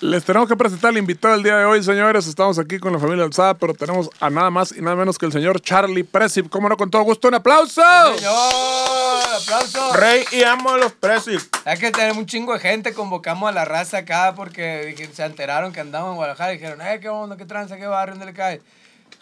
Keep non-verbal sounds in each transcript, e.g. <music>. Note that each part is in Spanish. Les tenemos que presentar al invitado del día de hoy, señores. Estamos aquí con la familia Alzada, pero tenemos a nada más y nada menos que el señor Charlie Presip. Como no, con todo gusto, un aplauso. Señor, aplauso. Rey y amo a los presos. Hay que tener un chingo de gente, convocamos a la raza acá porque dije- se enteraron que andaban en Guadalajara y dijeron, eh, qué onda, qué tranza, qué barrio, dónde le cae.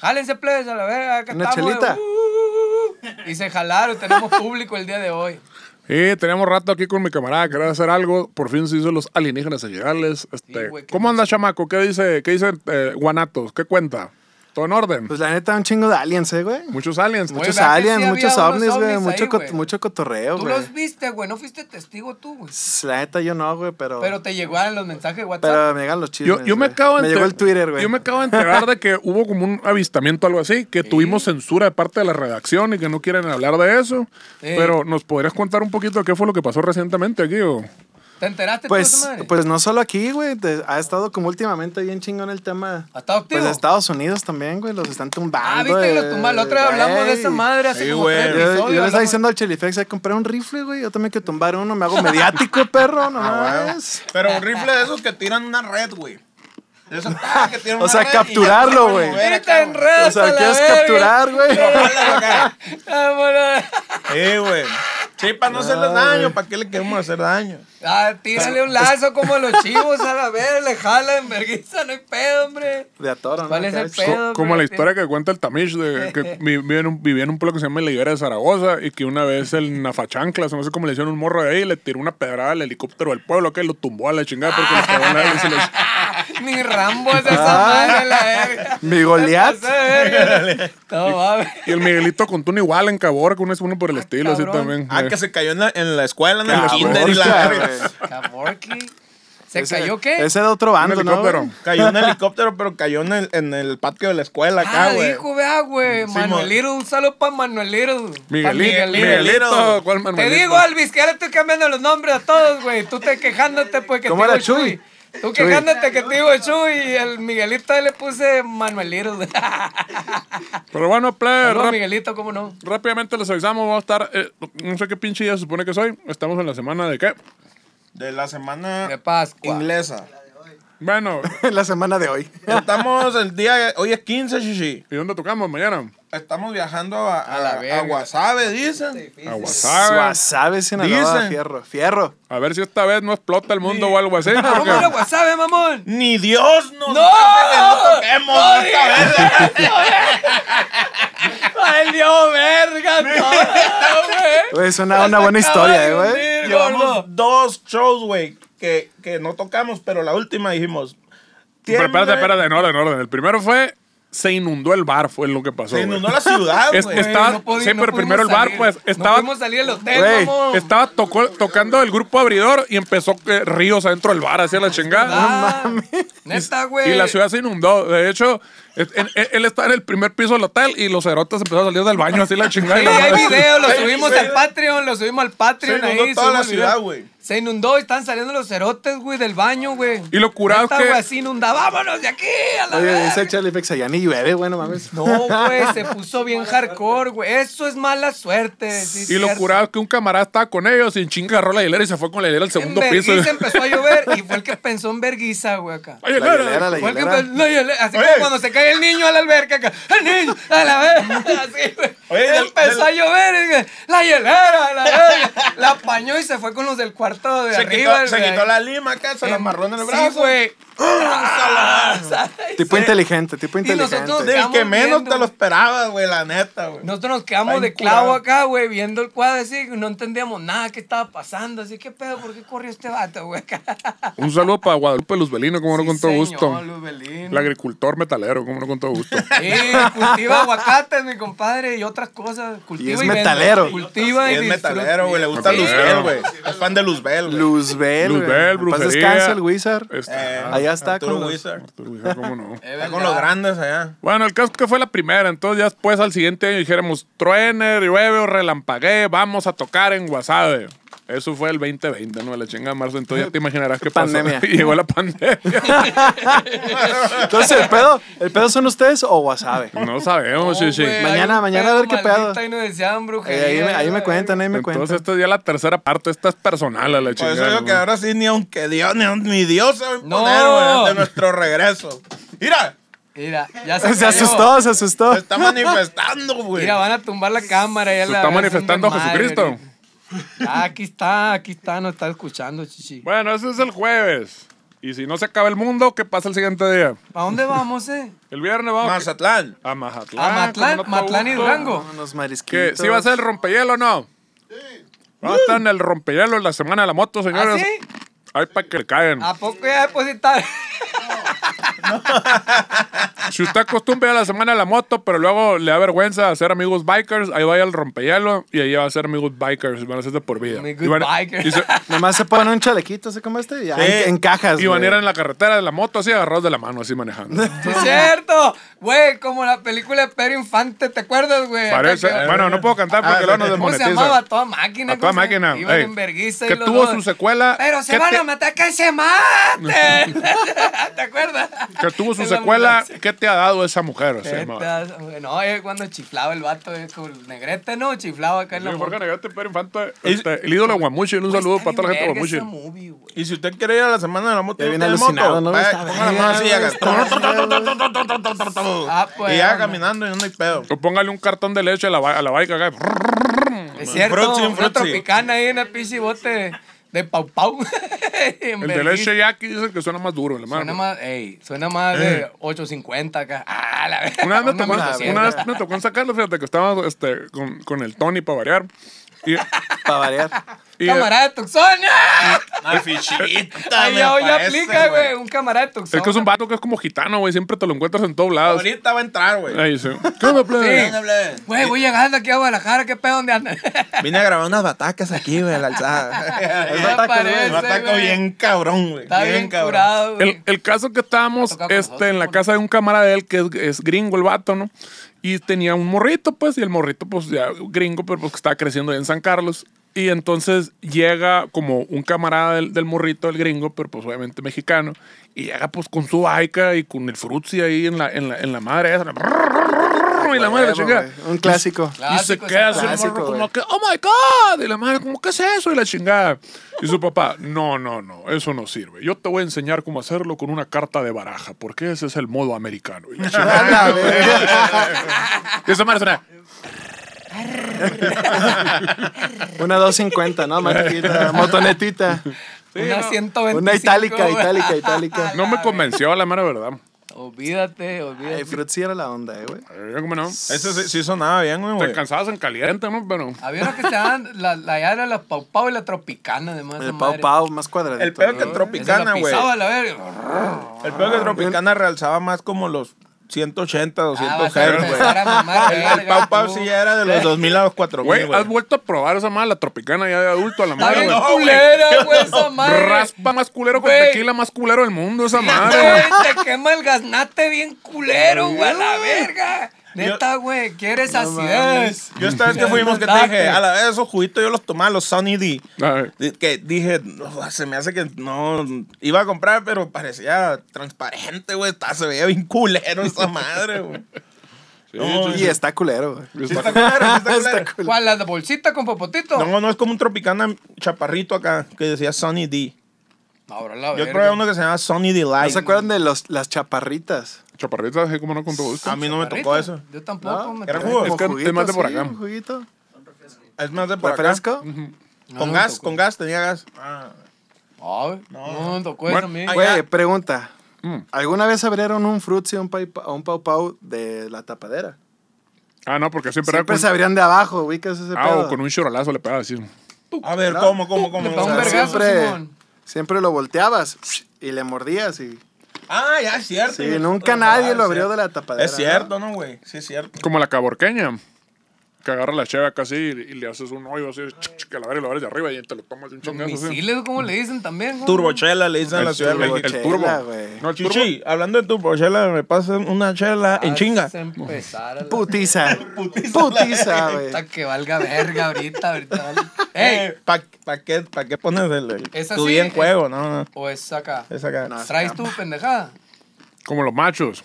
Jálense, plebes, a la verga, acá Una estamos. chelita. eh, uh, uh, uh". y se jalaron, tenemos público el día de <laughs> hoy. Y teníamos rato aquí con mi camarada, quería hacer algo. Por fin se hizo los alienígenas generales. Este, Sí, güey, qué ¿Cómo anda, chamaco? ¿Qué dice, qué dice eh, Guanatos? ¿Qué cuenta? ¿Todo en orden? Pues la neta, un chingo de aliens, eh, güey. Muchos aliens. Muy- Muchos ¿verdad que sí aliens, había muchos unos ovnis, güey. ovnis Mucho, ahí, cot- güey? mucho cotorreo, Tú güey. Pues los viste, güey, no fuiste testigo tú, güey. La neta, yo no, güey, pero. Pero te llegaron los mensajes de WhatsApp. Pero me llegan los chismes. Yo, yo me güey. acabo de Me enter- llegó el Twitter, güey. Yo me acabo de enterar de que <laughs> hubo como un avistamiento algo así, que tuvimos censura de parte de la redacción y que no quieren hablar de eso. Sí. Pero nos podrías contar un poquito de qué fue lo que pasó recientemente aquí o ¿Te enteraste tú de Pues, esa madre? pues no solo aquí, güey. te- Ha estado como últimamente bien chingón el tema. ¿Ha estado activo? Pues de Estados Unidos también, güey. Los están tumbando. ah, viste que lo eh, tumbaron. La otra vez hablamos de güey. esa madre hace Sí, como güey. tres Yo, episodio, episodios. yo le estaba hablamos- diciendo al Chelifex, compré un rifle, güey. Yo también que tumbar uno, me <laughs> hago mediático, perro, no Ah, mames. Pero un rifle de esos que tiran una red, güey. De esos ah, que tiran O una sea, red y ya capturarlo, te pueden güey. mover Mira, acá, te güey. enredas O sea, a la quieres verga. Ah, capturar, güey. Vámonos. Sí, güey. Sí, para Ah, no hacerle daño, ¿para qué le queremos hacer daño? Ah, tírale un lazo como a los chivos a la vez, le jalan, vergüenza, no hay pedo, hombre. <laughs> De atoro, ¿no? ¿Cuál es Acá, el ch- pe- Pero, Co- como pero la sí. historia que cuenta el Tamish de que <laughs> vivía en, un, vivía en un pueblo que se llama La Higuera de Zaragoza y que una vez el Nafachancla, se me hace como le hicieron un morro de ahí, le tiró una pedrada al helicóptero del pueblo que lo tumbó a la chingada porque le pegó en la hélice y le- Ni Rambo es esa madre, la verga. Mi <laughs> Goliat. Pasó de verga. No mames. Y el Miguelito contó un igual en Caborca, uno es uno por el estilo, así cabrón. también. Ah, Eh. que se cayó en la, en la escuela, en el Cabrón, kinder y la cabrón. verga. Caborqui. ¿Se Ese- cayó qué? Ese de otro Un bando, ¿no? helicóptero. güey? Cayó en el helicóptero, pero cayó en el, en el patio de la escuela acá, Ah, güey. dijo, vea, güey. Sí, Manuelito, un saludo para Manuelito. Pa' Miguelito, Miguelito. Miguelito, ¿cuál Manuelito? Te digo, Alvis, que ahora estoy cambiando los nombres a todos, güey. Tú te quejándote, pues, que ¿Cómo te era digo Chuy? Tú quejándote que te digo Chuy y el Miguelito ahí le puse Manuelito. <laughs> Pero bueno, player, Saludos, rap- Miguelito, ¿cómo no? rápidamente les avisamos, vamos a estar, eh, no sé qué pinche día se supone que soy, estamos en la semana de qué. De la semana De Pascua. inglesa. Bueno, <laughs> la semana de hoy. Estamos el día, hoy es 15, Shishi. ¿y dónde tocamos mañana? Estamos viajando a, a, A la verga. a Guasave, dicen. A Guasave. Suave, Sinaloa, Dicen. fierro, fierro. A ver si esta vez no explota el mundo o algo así. ¿Cómo porque- era WhatsApp, <laughs> eh, mamón? Ni Dios nos ¡No! hace que nos toquemos ¡No esta digas eh! vez. <laughs> ¡Ay, Dios, verga! todo, güey. Güey, suena una buena historia, eh, güey. Hundir, Llevamos gordo. dos shows, güey, que, que no tocamos, pero la última dijimos. Pero espérate, tiembla- espérate, en orden, en orden. El primero fue, se inundó el bar, fue lo que pasó. Se güey. inundó la ciudad, Es- güey. es- Estaba- pudi- sí, pero pudimos primero el bar, salir. pues, estaba- No pudimos salir del hotel, Güey, mamón. Estaba tocó- tocando el grupo abridor y empezó eh, ríos adentro del bar, hacia la chingada. Ah, Neta, güey. Y la ciudad se inundó. De hecho, es- en- en- él estaba en el primer piso del hotel y los cerotes empezaron a salir del baño así <laughs> la chingada. y Sí, la hay madre- video, lo Hay subimos video. al Patreon, lo subimos al Patreon. Se inundó ahí, toda subimos la el video. ciudad, güey. Se inundó y están saliendo los cerotes, güey, del baño, güey. Y lo curado Neta, es que- güey, así inunda, vámonos de aquí a la Oye, verga. dice Charlie Fex, allá ni llueve, bueno, mames. No, güey, se <laughs> puso bien hardcore, güey. Eso es mala suerte. sí es Y lo cierto. curado es que un camarada estaba con ellos y en chinga agarró la hilera y se fue con la hilera al En segundo piso. <laughs> Berguisa empezó a llover y fue el que pensó en Berguisa, güey, acá. Ay, La hielera, la Fue el que hielera. empezó- no, yo le- así Oye. como cuando se cae el niño a la alberca, acá, el niño a la <laughs> verga, así, güey. Oye, del- empezó del- a llover, y, güey, la hielera, la verga. La apañó y se fue con los del cuarto de Se, arriba. quitó, se güey. quitó la lima acá, se la amarró en el brazo. Sí, güey. Ah, <laughs> Tipo inteligente, tipo Y nosotros inteligente. de- Del que Estamos menos viendo, te lo güey. esperaba, güey, la neta, güey. Nosotros nos quedamos Está de clavo incurado. acá, güey, viendo el cuadro así, no entendíamos nada que estaba pasando, así que pedo, ¿por qué corrió este vato, güey? <laughs> acá? Un saludo para Guadalupe Luzbelino, como no con todo Sí, gusto. señor, Luz Belín. El agricultor metalero, como no con todo gusto. Sí, <laughs> cultiva aguacates, mi compadre, y otras cosas. Cultiva Y es vende. metalero. Cultiva Y y es disfruta. Eh, metalero, güey, le gusta Metalero. Luzbel, güey. Es fan de Luzbel, güey. Luzbel, güey. Luzbel, En paz brujería. descansa el Wizard. Este, Eh, Allá está Arturo con los- Wizard. pues, ¿Cómo no? Es Está verdad. con los grandes allá. Bueno, el caso es que fue la primera, entonces ya después al siguiente año dijéramos, truene, llueve o relampaguee, vamos a tocar en Guasave. Eso fue el 2020, ¿no? La chinga de marzo, entonces ya te imaginarás qué pasó. Pandemia. <laughs> Y llegó la pandemia. Entonces, ¿el pedo? ¿El pedo son ustedes o Wasabe? No sabemos, sí, sí. güey, hay Mañana, un mañana a ver qué pedo. maldito Ahí nos decían Ahí, brujería. Eh, ahí me, ahí me la cuentan, ahí me Entonces cuentan. esta es ya la tercera parte, esta es personal a la Por chingada. eso digo ¿no? que ahora sí, ni aunque Dios, ni, ni Dios se va a imponer, No. güey, de nuestro regreso. Mira, Mira, <laughs> ya se, Se cayó. asustó, se asustó. se está manifestando, güey. Mira, van a tumbar la cámara. Ya Se la está van a hacer un manifestando a desmadre Jesucristo. ahorita. Ah, aquí está, aquí está, nos está escuchando, chichi. Bueno, ese es el jueves. Y si no se acaba el mundo, ¿qué pasa el siguiente día? ¿Para dónde <laughs> vamos, eh? El viernes vamos Mazatlán. a Mazatlán. A Matlán, como no Matlán y te gusta. Durango. Unos ¿Qué? marisquitos. ¿Sí va a ser el rompehielo o no? Va a estar en el rompehielo en la semana de la moto, ¿Ah, señores. sí? Ah. Ay, para que le caen. ¿A poco ya depositar? <laughs> Si usted acostumbra a la semana de la moto, pero luego le da vergüenza hacer amigos bikers, ahí vaya al rompehielo y ahí va a ser amigos bikers. Van a hacer de por vida. Amigos Y van- bikers. Y, se- Nomás se pone un chalequito, ¿sí como este? Y ahí Sí. en cajas, y van a ir <laughs> güey. en la carretera de la moto así agarrados de la mano, así <laughs> manejando. Sí, es cierto. Güey, como la película de Pedro Infante, ¿te acuerdas, güey? Parece. Acá que- Bueno, no puedo cantar porque Ah, luego nos ¿Cómo se desmonetizan. llamaba? A toda máquina. A toda ¿cómo se llama? máquina. Iban ey. en verguiza y que los tuvo dos. su secuela. Pero se que van te- a matar, que se <laughs> maten. ¿Te acuerdas? Que tuvo su En la secuela. ambulancia. ¿Qué te ha dado esa mujer? Se llamaba. Tetas, güey. No, eh, cuando chiflaba el vato, eh, con el negrete, no, chiflaba acá en la Sí, Jorge moto. Negrete, Pedro Infante, Es- este, el ídolo de Guamuchi, un Güey, saludo Pues está para toda la bien gente de verga esa Guamuchi. movie, güey. Y si usted quiere ir a la semana de la moto, Ya y viene tiene alucinado, ¿no? Vaya, Está Ponga la mano así y verga, haga. está Ah, pues, Y ya bueno. caminando y no hay pedo. O póngale un cartón de leche a la, ba- a la bike acá. Es cierto, Frutzi, una Frutzi. tropicana ahí en el pinche bote de Pau Pau. <laughs> El En de verguiza. leche ya aquí dicen que suena más duro, el Suena hermano. más, ey, suena más de 850 acá. Ah, la verga. Eh. Una vez, me tocó, Una una 1200. vez me tocó en sacarlo, fíjate que estaba este, con, con el Tony para variar. Y, Para variar. y- eh, Camarada de Tucson. ¡ah! Una fichita, Ahí me ya hoy parece, aplica, güey. Un camarada de Tucson. es que es un vato que es como gitano, güey. Siempre te lo encuentras en todos lados. Ahorita va a entrar, güey. Ahí sí. ¿Qué onda, plebe? Güey, voy llegando aquí a Guadalajara, qué pedo, ¿dónde andan? Vine a grabar unas batacas aquí, güey, en la <laughs> alzada. No aparece, Un ataco güey. bien cabrón, güey. Está bien curado, güey. El, el caso que estábamos Toca con este, nosotros, en la ¿no? casa de un camarada de él que es, es gringo el vato, ¿no? Y tenía un morrito, pues, y el morrito, pues, ya gringo, pero pues que estaba creciendo ahí en San Carlos. Y entonces llega como un camarada del, del morrito, el gringo, pero pues obviamente mexicano, y llega pues con su baica y con el frutzi ahí en la, en la, en la madre esa. Ah, Y la madre Huevo, chingada. güey. Un clásico. Y se Clásico, es queda un así el clásico, morro güey. como que, oh my God. Y la madre, como, ¿qué es eso? Y la chingada. Y su papá, no, no, no, eso no sirve. Yo te voy a enseñar cómo hacerlo con una carta de baraja, porque ese es el modo americano. Y la chingada. A la verga. Y esa madre suena, Una 250, ¿no? Más chiquita, motonetita. Una 125. Una itálica, güey. itálica, itálica. no me convenció, la mera verdad. <laughs> Olvídate, Ay, olvídate. Frutzi era la onda, eh, güey. Eh, ¿Cómo no? Ese sí, sí sonaba bien, güey, Te güey. cansabas en caliente, ¿no? Pero... Había una que se llamaban la, la ya era la Pau Pau y la Tropicana, además. El Pau Pau, más cuadradito. El pedo ¿no? que el Tropicana, güey. Pisaba, la verga. El peor que Tropicana realzaba más como los 180, 200 Hz, güey. El Pau Pau sí ya era de los 2000 a los 4000, Güey, güey. has vuelto a probar esa madre, la tropicana ya de adulto a la Está madre, bien güey. culera, güey, esa madre. Raspa más culero con Güey. tequila más culero del mundo <laughs> esa madre, güey. Güey, te quema el gaznate bien culero, güey, a la verga. Neta, güey, quieres acidez. Yo esta vez que fuimos que te Date. dije, a la vez esos juguitos yo los tomaba, los Sunny D. A ver. Di- Que dije, "No, se me hace que no iba a comprar, pero parecía transparente, güey. Estaba- Se veía bien culero esa madre, güey. No, Y está culero, güey. <laughs> sí está culero, sí <laughs> está culero. ¿Cuál? ¿La de bolsita con popotito? No, no es como un tropicana chaparrito acá que decía Sunny D. Ahora la Yo verga. probé uno que se llamaba Sunny ¿No Delight. se acuerdan de los, las chaparritas? Chaparrita, así como no con todo gusto. A mí no me tocó Barrita. eso. Yo tampoco. No, me era tocó. jugo. Como Es que es juguito, más de por sí, acá. un juguito. Es más de por acá. ¿Refresco? No, Con no gas, tocó. con gas, tenía gas. Ah. Ay, no, no me tocó eso a mí. ay, Güey, ya. pregunta. Mm. ¿Alguna vez abrieron un Frutzi o un, Pai- o un Pau Pau de la tapadera? Ah, no, porque siempre, Siempre se era abrían de abajo, güey, que es ese con, ah, o pedo. con un chorolazo le pegaba así. A ver, ¿cómo, cómo, Le cómo? pegó O un sea, vergazo, siempre, Simón. siempre lo volteabas y le mordías y... Ah, ya, es cierto. Ah, Sí, nunca nadie lo abrió de la tapadera, Es cierto, ¿no, güey? Sí, es cierto. Como la caborqueña. Que agarra la cheve casi y, y le haces un hoyo así, ch- ch- que la abres y lo abres de arriba y te lo tomas de un chingazo así. Misiles, ¿cómo le dicen también? güey? Turbochela le dicen a la El- Ciudad de el- México. El Chela, turbo. güey. No, el turbo. Chichi, hablando de turbochela, me pasan una chela en Haz chinga. empezar a Ah, la- Putiza. Putiza, güey. Puta que valga verga ahorita, ahorita. <laughs> vale. ¡Ey! ¿Para qué, Eh, pa qué pones el, el- Esa tu sí eh. día en es- juego? No, no. ¿O es acá? Es acá. No. ¿Traes tu pendejada? Como los machos.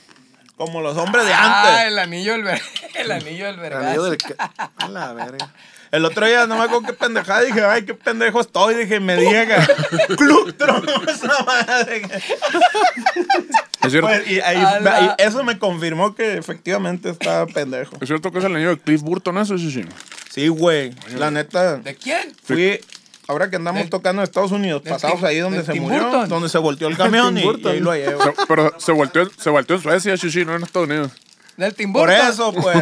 Como los hombres de Ah, antes. el anillo del ver... <laughs> El anillo del El vergazo. amigo del... ca- A la verga. El otro día no me acuerdo qué pendejada dije, ay, qué pendejo estoy. Dije, me dije <laughs> que <laughs> Club Trono <laughs> esa madre. Es cierto, Pues, y, ahí- A la- y eso me confirmó que efectivamente estaba pendejo. es cierto que es el niño de Cliff Burton, eso sí, sí. Sí, güey. La neta. ¿De quién? Fui. Ahora que andamos Del- tocando en Estados Unidos, del pasamos Tim- ahí donde del se Tim murió, Burton. donde se volteó <laughs> el camión y, y Tim ahí Burton. lo llevo. Se- pero se volteó, se volteó en Suecia, sí, sí, no en Estados Unidos. ¿Del Tim Por Burton? eso, pues.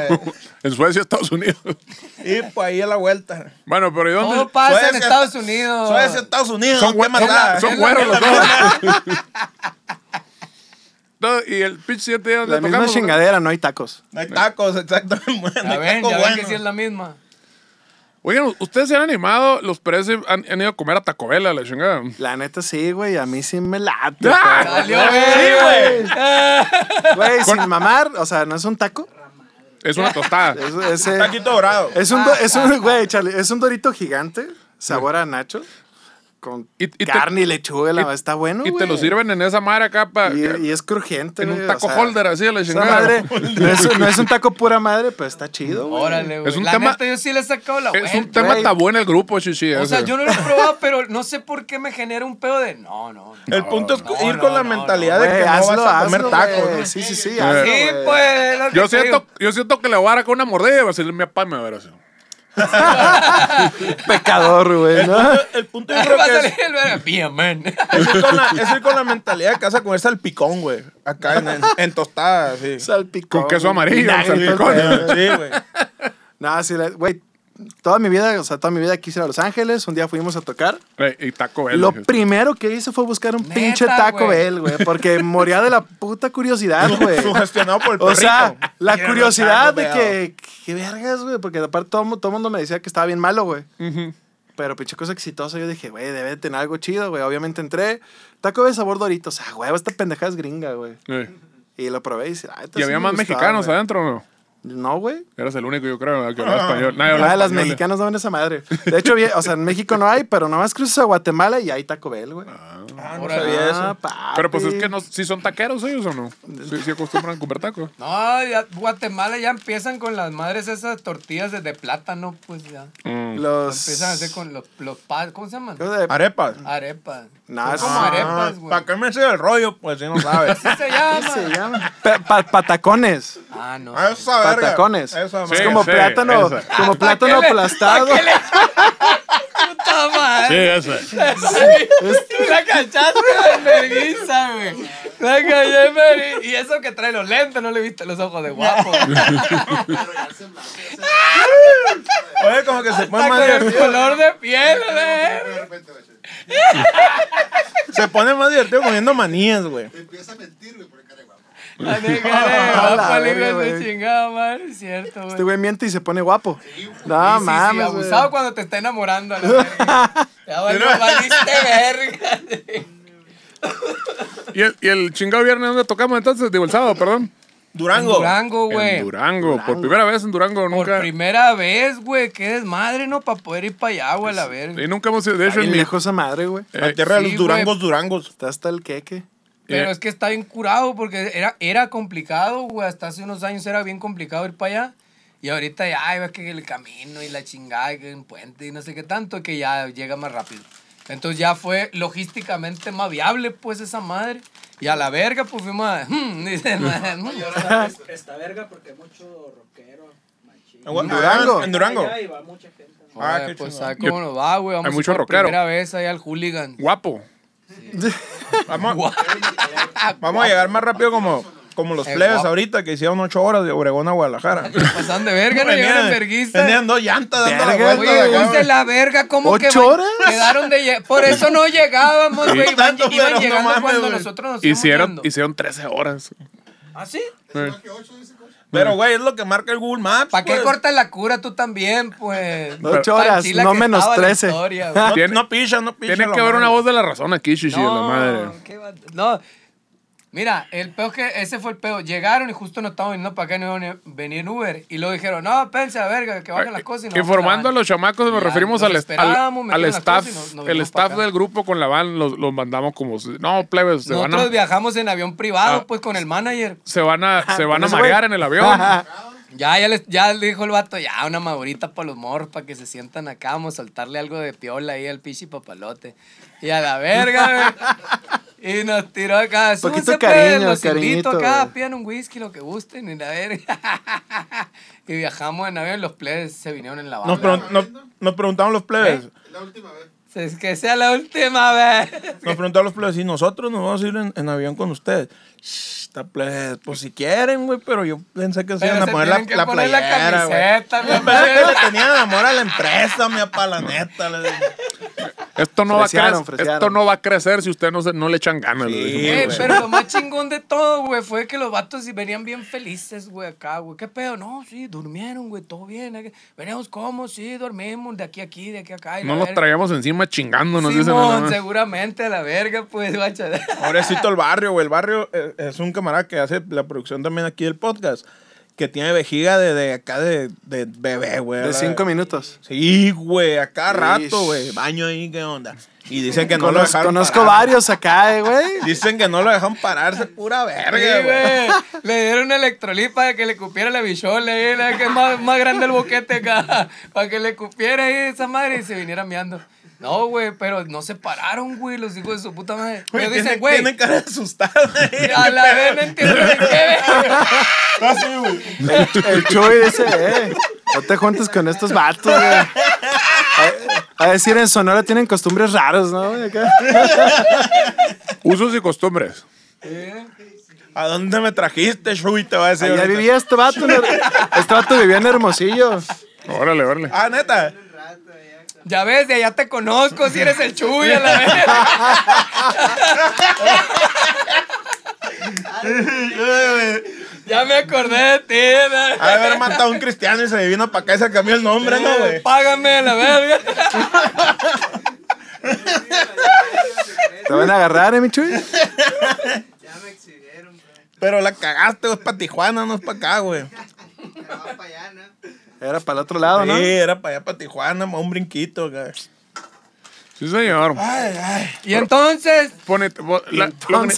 En Suecia, Estados Unidos. <laughs> y pues ahí a la vuelta. Bueno, pero ¿y dónde? Todo pasa en Suecia- Estados Unidos. Suecia, Estados Unidos. Son qué güe- son- maldad. son güeros los dos. No, y el pitch 7 días La misma chingadera, no hay tacos. No hay tacos, exacto. <laughs> No hay Ya ven, tacos ya ven que buenos. sí es la misma. Oigan, ¿ustedes se han animado? Los Pérez han, han ido a comer a Taco Bell, a la chingada. La neta sí, güey, a mí sí me late. ¡Ah! perro. Salió verga. <laughs> Güey, sin mamar, o sea, no es un taco. Es <laughs> una tostada. Es, es, eh, Ah, Taquito Ah, dorado. es un, do- es un, güey, chale, es un dorito gigante, sabor a nacho, con Y- y te- carne y lechuga, la- está bueno, y te güey. lo sirven en esa madre acá para... Y, y es crujiente, En un güey, taco holder, así, a la esa chingada. <laughs> madre, no, es, no es un taco pura madre, pero está chido, güey. Órale, güey. Es un la tema- neta, yo sí le he sacado la Es vuelta. un tema güey. tabú en el grupo, chichi. O sea, ese. yo no lo he probado, pero no sé por qué me genera un pedo de... No, no. <laughs> no. El punto es No, ir no, con la no, mentalidad Güey, de que hazlo, no vas a comer hazlo, tacos. güey. ¿no? Sí, sí, sí, Sí, hazlo, güey. pues. es lo que Yo te siento, digo. yo siento que le voy a dar con una mordida y va a salir mi papá y me va a ver así. Pecador, güey, <laughs> ¿no? El punto <laughs> yo creo Va a que es, salir el verga. Bien, man. es <laughs> ir con la, es ir con la mentalidad de que vas a comer salpicón, güey. Acá en, en, en tostadas, <laughs> sí. Salpicón. Con queso güey. amarillo, Vinagre, salpicón. todo el pedo, güey. Sí, güey. No, sí, la- güey, toda mi vida, o sea, toda mi vida quise ir a Los Ángeles, un día fuimos a tocar. Eh, Y Taco Bell. Lo dije. primero que hice fue buscar un Neta, pinche Taco güey. Bell, güey, porque moría de la puta curiosidad, güey. Sugestionado por el O sea, perrito. la Quiero tacos, curiosidad de veo. que, qué vergas, güey, porque aparte todo, mu- todo mundo me decía que estaba bien malo, güey. Pero pinche cosa exitosa, yo dije, güey, debe de tener algo chido, güey. Obviamente entré, Taco Bell sabor Doritos, ah, güey, esta pendejada es gringa, güey. Eh. Y lo probé y dije, ah, esta Y sí había me más gustaba, mexicanos ¿eh? güey. adentro, ¿no? No, güey. Eras el único, yo creo, que hablaba español. Nadie hablaba Ah, las español. mexicanas no ven esa madre. De hecho, vi- o sea, en México no hay, pero nomás cruzas a Guatemala y hay Taco Bell, güey. Ah, no Ahora sabía Ah, eso. papi. Pero pues es que no, si son taqueros ellos o no. Si acostumbran a comer tacos. No, ya, Guatemala ya empiezan con las madres esas tortillas de, de plátano, pues ya. Los... Empiezan a hacer con los, los pa- ¿cómo se llaman? ¿Cómo se- Arepas. Arepas. No, Son es- Ah, como Ah, arepas, ¿Para güey. qué me sé el rollo? Pues si no sabes. <laughs> Así se ¿Qué llama. se llama? Pa- pa- patacones. Ah, no. Esa verga. Patacones. Esa Sí, es madre. como sí, plátano, esa. como plátano aplastado. Puta madre. ese. La cachaste de vergüenza, güey. La caché en vergüenza. Y eso que trae los lentes, no le viste los ojos de guapo. Oye, como que se pone Está con el más color de piel, güey. Se pone más divertido comiendo manías, güey. La de cara de la guapo, el verga, hijo de su güey. chingada madre. Es cierto, güey. Este güey miente y se pone guapo. Sí, No sí, sí, mames. güey. abusado cuando te está enamorando. a la <laughs> verga. Ya valió- Pero- valiste verga. ¿Y el, y el chingado viernes dónde tocamos entonces? Digo, el sábado, perdón. Durango. Durango, En güey. Durango. Por primera vez en Durango Por nunca. primera vez, güey. Qué desmadre, ¿no? Para poder ir para allá, güey, a la verga. Y nunca hemos ido. De hecho, Bien en mi, lejos esa madre, güey. La tierra de Sí, los Durangos, Durangos. Está hasta el queque. Pero Eh. es que está bien curado porque era, era complicado, güey. Hasta hace unos años era bien complicado ir para allá. Y ahorita ya, ay, ves que el camino y la chingada, y que un puente y no sé qué tanto, que ya llega más rápido. Entonces ya fue logísticamente más viable, pues, esa madre. Y a la verga, pues fuimos a. <laughs> dice, <laughs> Ahora es- Está verga porque mucho rockero, machín. En Durango. Durango. En Durango. Allá y va mucha gente. ¿no? Ah, Oye, qué pues, chingón. ¿sabes cómo nos va, güey? Vamos Hay a ir mucho por rockero. primera vez allá <laughs> al hooligan. guapo. Vamos, vamos a llegar más rápido como, como los Eh, plebes guapo. ahorita que hicieron ocho horas de Obregón a <laughs> Guadalajara. Pasan de verga, no llegaron verguistas. Tenían dos llantas dando la Verga, vuelta. Oye, de acá, use la verga, ¿cómo que ¿Ocho va- horas? quedaron de lle- Por eso no llegábamos, güey. Iban, Tanto, iban pero no llegando mames, cuando güey. nosotros nos Hicieron, íbamos yendo. hicieron 13 horas. ¿Ah, sí? Pero, güey, es lo que marca el Google Maps. ¿Para qué pues. cortas la cura tú también, pues? Ocho Tan horas, chila no que menos estaba la 13. historia, güey. No, Tiene- no picha, no picha. Tiene la que haber madre. una voz de la razón aquí, chichi, de la No, madre. qué va- No, mira, el peor que ese fue el peor. Llegaron y justo no estaban viniendo para acá, no iban a venir Uber. Y luego dijeron, no, pense a verga, que bajen las cosas. Y nos vamos Informando a la van. los chamacos, nos Ya, referimos nos al, est- al- esperábamos, al metieron las staff, cosas y nos- nos el venimos pa' staff acá. del grupo con la van, los, los mandamos como, si- no, plebes, se van Nosotros a, viajamos en avión privado, Ah. pues con el manager. se van a, <laughs> se van a Ese güey. marear en el avión. Ya, ya, les, ya le dijo el vato, ya, una madurita para los morros, para que se sientan acá, vamos a soltarle algo de piola ahí al pichi papalote. Y a la verga, güey. Y nos tiró acá. Poquito "Súbanse, cariño, pues, los invito cariñito, acá, güey. pidan un whisky, lo que gusten, y la verga. <laughs> Y viajamos en avión, los plebes se vinieron en la Nos, banda. pregun- nos- nos preguntaron los plebes. Es que sea la última vez. Nos preguntaron los plebes, si nosotros nos vamos a ir en, en avión con ustedes. Shh, Está plebes, pues si quieren, güey, pero yo pensé que se Pero iban a se poner la, tienen que la poner la playera, güey. camiseta, <laughs> Yo mi pensé que amor. le tenían amor a la empresa, mi apa, la neta. le dije. Esto no, va a Fresearon, crecer, fresearon. esto no va a crecer si ustedes no, se- no le echan ganas. Sí, le dijimos. Güey, güey. pero lo más chingón de todo, güey, fue que los vatos sí venían bien felices, güey, acá, güey. ¿Qué pedo? No, sí, durmieron, güey, todo bien. acá. Veníamos como, sí, dormimos de aquí a aquí, de aquí a acá. y no la los verga. traíamos encima chingando, nos dicen. Simón, nada más. seguramente a la verga, pues, guacha. <laughs> Pobrecito el barrio, güey. El barrio eh, es un camarada que hace la producción también aquí del podcast, que tiene vejiga de, de acá de, de bebé, güey. <laughs> De La- cinco minutos. Sí, güey, a cada Ish. rato, güey. Baño ahí, ¿qué onda? Y dicen que no lo Conozco, dejaron conozco parar. varios acá, eh, güey. Dicen que no lo dejaron pararse, pura verga, Sí, güey. güey. Le dieron una electrolipa para que le cupiera la bichola ahí, la que es más, más grande el boquete acá. <laughs> Para que le cupiera ahí esa madre y se viniera meando. No, güey, pero no se pararon, güey, los hijos de su puta madre. Pero Güey, dicen, tiene- güey, Tienen cara de <laughs> asustado. a la vez no entiendo ni <laughs> qué verga. El, el Chuy dice, eh, no te juntes con estos vatos, güey. A, a decir, en Sonora tienen costumbres raros, ¿no? güey? Acá. Usos y costumbres. ¿A dónde me trajiste, Shui? Te va a decir. Allá ahorita. vivía este vato. ¿no? Este vato vivía en Hermosillo. Órale, órale. Ah, neta. Ya ves, de allá te conozco, si eres el chuy a la vez. ya me acordé de ti. Ha de haber matado a un cristiano y se vino para acá y se cambió el nombre, ¿no, la- güey? Págame a la verga. ¿Te van a agarrar, eh, mi Chuy? Pero la cagaste, güey, es para Tijuana, no es para acá, güey. va para allá, ¿no? Era para el otro lado, ¿no? Sí, era para allá, para Tijuana, ma, un brinquito. acá. Sí, señor. Y entonces, Ponete, bo- la- lo que ne-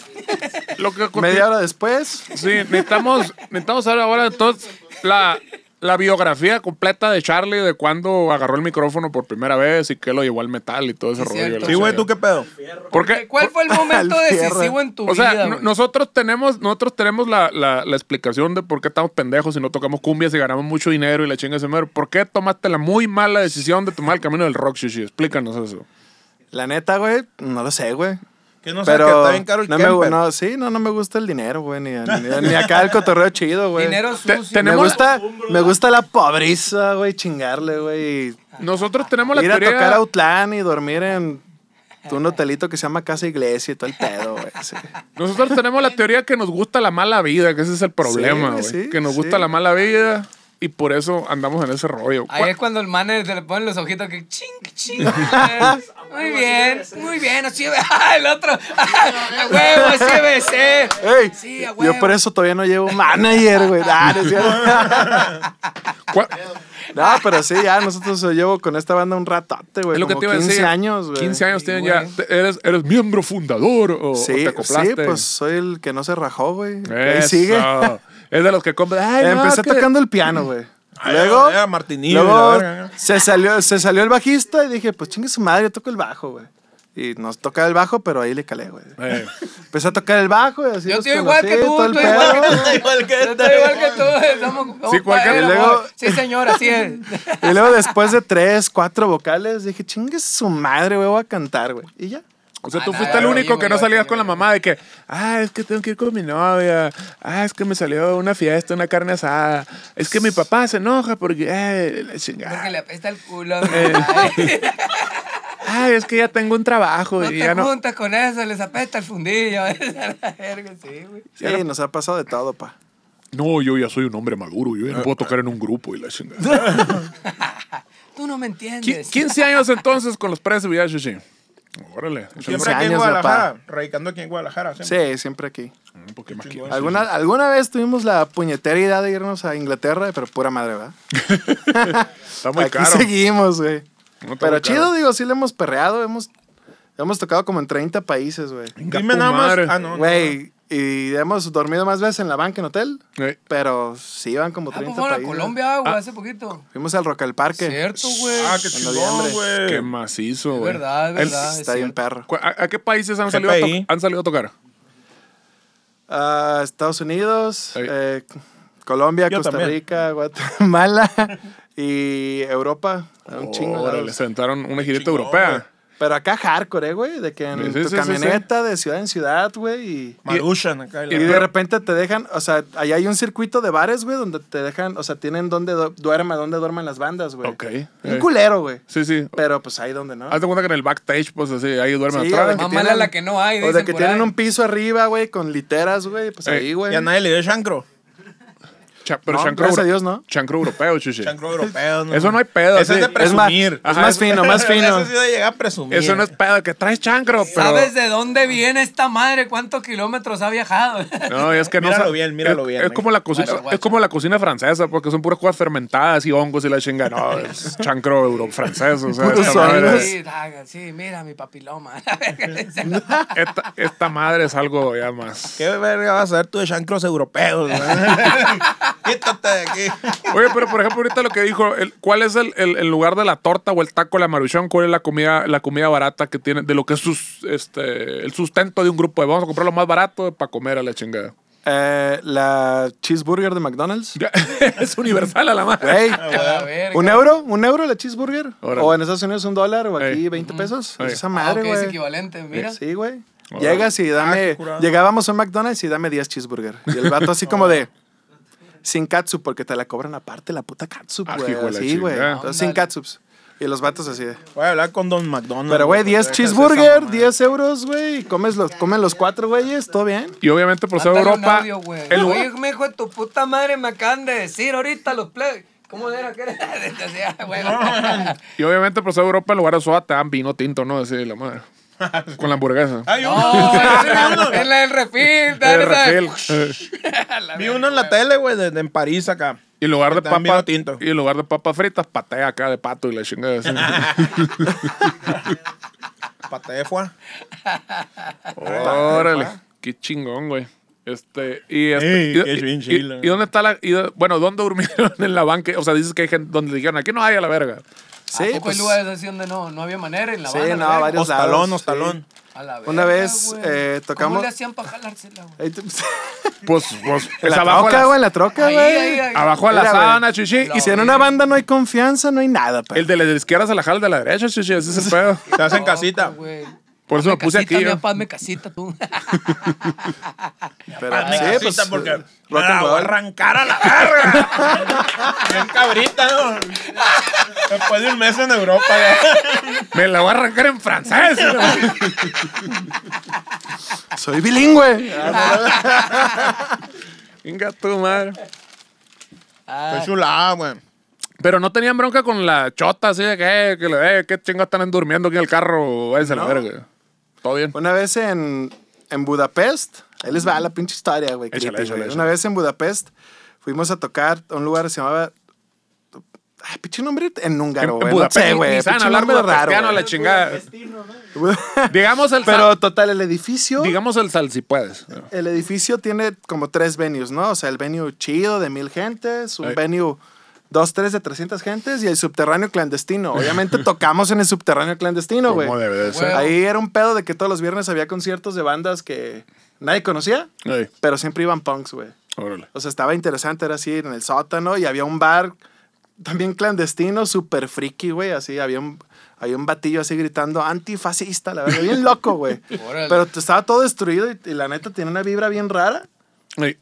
lo <laughs> que- Media hora después. Sí, necesitamos, necesitamos saber ahora entonces la, la biografía completa de Charlie, de cuándo agarró el micrófono por primera vez y qué lo llevó al metal y todo ese Sí, rollo. cierto. la Sí, güey, chingada. ¿tú qué pedo? ¿Por qué? <laughs> ¿cuál fue el momento Al decisivo fierro. en tu O sea, vida? no- güey? nosotros tenemos, nosotros tenemos la, la- la explicación de por qué estamos pendejos y no tocamos cumbias y ganamos mucho dinero y la chinga ese mero. ¿Por qué tomaste la muy mala decisión de tomar el camino del rock, Shishi? Explícanos eso. La neta, güey, no lo sé, güey. Que no sé, Pero que está bien caro el no me, gu- camper. no, sí, no, no me gusta el dinero, güey, ni, ni- ni acá el cotorreo chido, güey. Dinero Te- sucio. Me tenemos- gusta, me gusta la pobreza, güey, chingarle, güey. y Ah, Nosotros tenemos la Ir a teoría... tocar a Outland y dormir en un hotelito que se llama Casa Iglesia y todo el pedo, güey. sí. Nosotros tenemos la teoría que nos gusta la mala vida, que ese es el problema, güey, güey. sí, que nos sí. gusta la mala vida y por eso andamos en ese rollo. Ahí es ¿Cuál- cuando el manager se le ponen los ojitos que ching, <laughs> ching. muy bien, muy bien, así <laughs> es. Ah, el otro. Ah, a huevo, así es. eh. Ey, Sí, a huevo. yo por eso todavía no llevo manager, güey. Ah, no, es cierto. ah, cuál- <laughs> No, pero sí, ya nosotros yo llevo con esta banda un ratote, güey. es lo que como te iba a 15 decir. años, güey. 15 años tienen Sí, ya. güey. Te- Eres, eres miembro fundador o, o Sí, te acoplaste. sí, pues soy el que no se rajó, güey. Ahí Eso. sigue. <laughs> Es de los que compra. Ay, no, Empecé que- tocando el piano, güey. Ay, Luego, era Martinillo, la verga, luego ¿no? se, salió, se salió el bajista y dije, pues chingue su madre, yo toco el bajo, güey. Y nos tocaba el bajo, pero ahí le calé, güey. Eh, Empecé a tocar el bajo y así. Yo nos estoy igual que conocí, tú, todo el estoy igual pedo. que tú. Igual que Yo estoy este. igual que tú. Estamos, Sí, cualquier- cualquier y luego- eh, Sí, señor, así es. Y luego después de tres, cuatro vocales, dije, chingue su madre, güey, voy a cantar, güey. Y ya. o sea, <laughs> Ah, tú no, fuiste el yo- único yo- que yo- no salías yo- con la mamá de que, ah, es que tengo que ir con mi novia, ah, es que me salió una fiesta, una carne asada, es que mi papá se enoja porque, eh, la chingada. Porque le apesta el culo. Eh. Ay, Ay, es que ya tengo un trabajo No y te ya no. juntas con eso, les apesta el fundillo. <laughs> La verga, sí, güey. Sí, nos ha pasado de todo, pa. No, yo ya soy un hombre maduro, yo ya no puedo tocar en un grupo y la chingada. Tú no me entiendes. 15 años entonces con los precios de Shishi. Órale, échale Siempre aquí en 15 años, Guadalajara, radicando aquí en Guadalajara. siempre. Sí, siempre aquí. un poquito Mm, más aquí. ¿Alguna, alguna vez tuvimos la puñetera idea de irnos a Inglaterra, pero pura madre, ¿verdad? Está muy Aquí caro. seguimos, güey. No, está Pero muy chido, caro. digo, sí le hemos perreado. Hemos, hemos tocado como en 30 países, güey. Venga, Dime tu nada más. madre. Ah, no. no, Güey, y hemos dormido más veces en la banca en hotel. Eh, Pero sí van como Ah, pues 30 fueron a países. Colombia, güey, hace poquito. Fuimos al Rock al Parque. Cierto, güey. Ah, qué noviembre. chingón, Qué güey. macizo, Es güey. verdad, es El- verdad. Está es bien cierto. perro. ¿Cu- ¿A, a qué países han salido a, to- GPI. han salido a tocar? Ah, Estados Unidos, Ey. eh, Colombia, Yo Costa también. Rica, Guatemala <laughs> y Europa. Ah, Un chingo. de Órale, lados. se aventaron una girita Chingón, europea. Pero acá hardcore, eh, güey. De que en Sí, sí, tu sí, sí, camioneta de ciudad en ciudad, güey. Y, Marushan acá. y Y de la- repente te dejan, o sea, ahí hay un circuito de bares, güey, donde te dejan, o sea, tienen donde du- duerma, donde duerman las bandas, güey. Ok. eh. Un culero, güey. Sí, sí. Pero pues ahí donde no. Haz de cuenta que en el backstage, pues así, ahí duermen Sí, o de atrás. que Más mala tienen- la que no hay, O dicen de que por tienen ahí. un piso arriba, güey, con literas, güey, pues Ey, ahí, güey. Y a nadie le dio chancro. Cha- pero No, chancro gracias a euro- Dios, ¿no? Chancro europeo, chiche. Chancro europeo. Eso no hay pedo, Eso sí. es de Es más- Es más, presumir. es más <laughs> fino, más fino. Eso sí de llegar a presumir. Eso no es pedo, que traes chancro, pero... ¿Sabes de dónde viene esta madre? ¿Cuántos kilómetros ha viajado? <laughs> No, es que no Míralo sa- bien, míralo es- bien, Es eh. como la cocina, Guacha, guacha. es como la cocina francesa, porque son puras cosas fermentadas y hongos y la chinga. No, es chancro euro francés, o sea, Puros esta madre, hongos. Sí, hagan, sí, mira mi papiloma. <laughs> esta, esta madre es algo ya más. ¿Qué verga vas a ver tú de chancros europeos? güey? Quítate de aquí. Oye, pero por ejemplo, ahorita lo que dijo, el- ¿cuál es el, el- el lugar de la torta o el taco de la maruchón? ¿Cuál es la comida, la comida barata que tiene, de lo que es sus, este, el sustento de un grupo? de, Vamos a comprar lo más barato para comer a la chingada. <laughs> Eh, la cheeseburger de McDonald's. Ya, es universal a la madre. Güey, La verga. ¿Un euro? ¿Un euro la cheeseburger? Órale. O en Estados Unidos un dólar o aquí Ey. 20 pesos. Ey. Esa Ah, ok, madre, es güey. equivalente, mira. sí, güey. Órale. Llegas y qué dame. curado. llegábamos a un McDonald's y dame 10 cheeseburger. Y el vato así como de. Sin catsup, porque te la cobran aparte la puta catsup, Ah, güey. hijo de la Sí, güey. chingada. Entonces, Sin catsups. Y los vatos así de. Voy a hablar con Don McDonald. Pero, güey, porque 10 dejas esa cheeseburger, mamada. 10 euros, güey. y Comes los, comen los cuatro, güeyes, todo bien. Y obviamente Pues por ser Mándale un Europa, audio, güey. el, Oye, me hijo de tu puta madre me acaban de decir ahorita los plebes. ¿Cómo era que era? <laughs> Decía, güey. pues, Y obviamente, por ser Europa, en lugar de soda te dan vino tinto, ¿no? Así, la madre. Con la hamburguesa. Hay uno. No, es la- es la del refil. De tal, esa- refil. Eh, La Vi verga, uno en la güey. tele, güey, de- de- en París acá. Y en lugar de Están bien papas tinto. y en lugar de papas fritas, patea acá de pato y la chingada. así. Patefua. Órale, qué chingón, güey. Este, y, este, Ey, y- qué y- bien y- chila. y dónde está la. y dó- bueno, ¿dónde durmieron <laughs> en la banca? O sea, dices que hay gente donde dijeron, aquí no hay a la verga. Sí, ¿A poco pues, hay lugares así donde no, no había manera en la Sí, banda? no, güey? varios- Hostalón, lados, hostalón. A la verga, Una vez, güey. eh, ¿Cómo tocamos- le hacían para jalársela, güey? Ahí te- <laughs> Pues, pues, en es la abajo, troca, a güey, en la, la troca, Ahí, ahí, güey. ahí. <laughs> abajo a la Mira, güey. sábana, chichi. La Y si en una banda no hay confianza, no hay nada, pa. El de la izquierda se la jala el de la derecha, chichi, ese es el pedo. Te hacen casita. Güey. Por eso me puse casita, aquí. mi yo. papá, hazme casita <laughs> tú. Pero, Ah, Hazme sí, casita pues, porque rock me and la voy a roll. arrancar a la verga. <laughs> Bien cabrita, ¿no? Después de un mes en Europa, ya. Me la voy a arrancar en <laughs> francés. Soy bilingüe. Venga tu madre. Qué chulada, güey. Pero no tenían bronca con la chota así de que, que le eh, qué chingados están durmiendo aquí en el carro, váyanse a la verga. Todo bien. Una vez en, en Budapest, ahí les va la pinche historia, güey. Échale, crítica, échale, güey. échale. Una vez en Budapest fuimos a tocar a un lugar que se llamaba. Ah, pinche nombre en húngaro, güey. No sé, güey. ni saben Pinche hablar nombre raro. budapestiano a la güey. chingada. <laughs> Digamos el Pero sal- total, el edificio. digamos el sal si puedes. El edificio tiene como tres venues, ¿no? O sea, el venue chido de mil gentes, un Ey. venue dos, tres de 300 gentes y el subterráneo <laughs> clandestino. Obviamente tocamos en el subterráneo clandestino, güey. Como debe de ser. Güey. Ahí era un pedo de que todos los viernes había conciertos de bandas que nadie conocía, Ey, pero siempre iban punks, güey. órale. O sea, estaba interesante, era así en el sótano y había un bar también clandestino, súper friki, güey. Así había un, había un batillo así gritando antifascista, la verdad, bien loco, güey. <laughs> Órale. Pero t- estaba todo destruido y, y la neta tiene una vibra bien rara. Ey,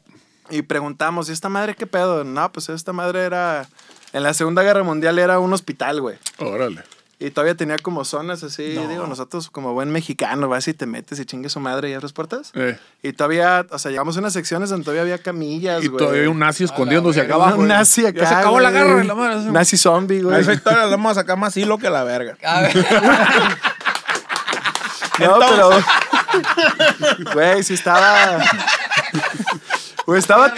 Y preguntamos, ¿y esta madre qué pedo? No, pues esta madre era. En la Segunda Guerra Mundial era un hospital, güey. órale. Y todavía tenía como zonas así, digo, nosotros como buen mexicano, vas y te metes y chingue su madre y abres puertas. Ey. Y todavía, o sea, llegamos a unas secciones donde todavía había camillas, Y güey. todavía hay un nazi escondiéndose verga. acá abajo. Un güey. nazi acá. Ya se acabó la güey. garra de la madre. Nazi zombie, güey. Esa historia la vamos a sacar más hilo que la verga. A ver, No, pero. <laughs> Güey, si estaba. Güey, estaba.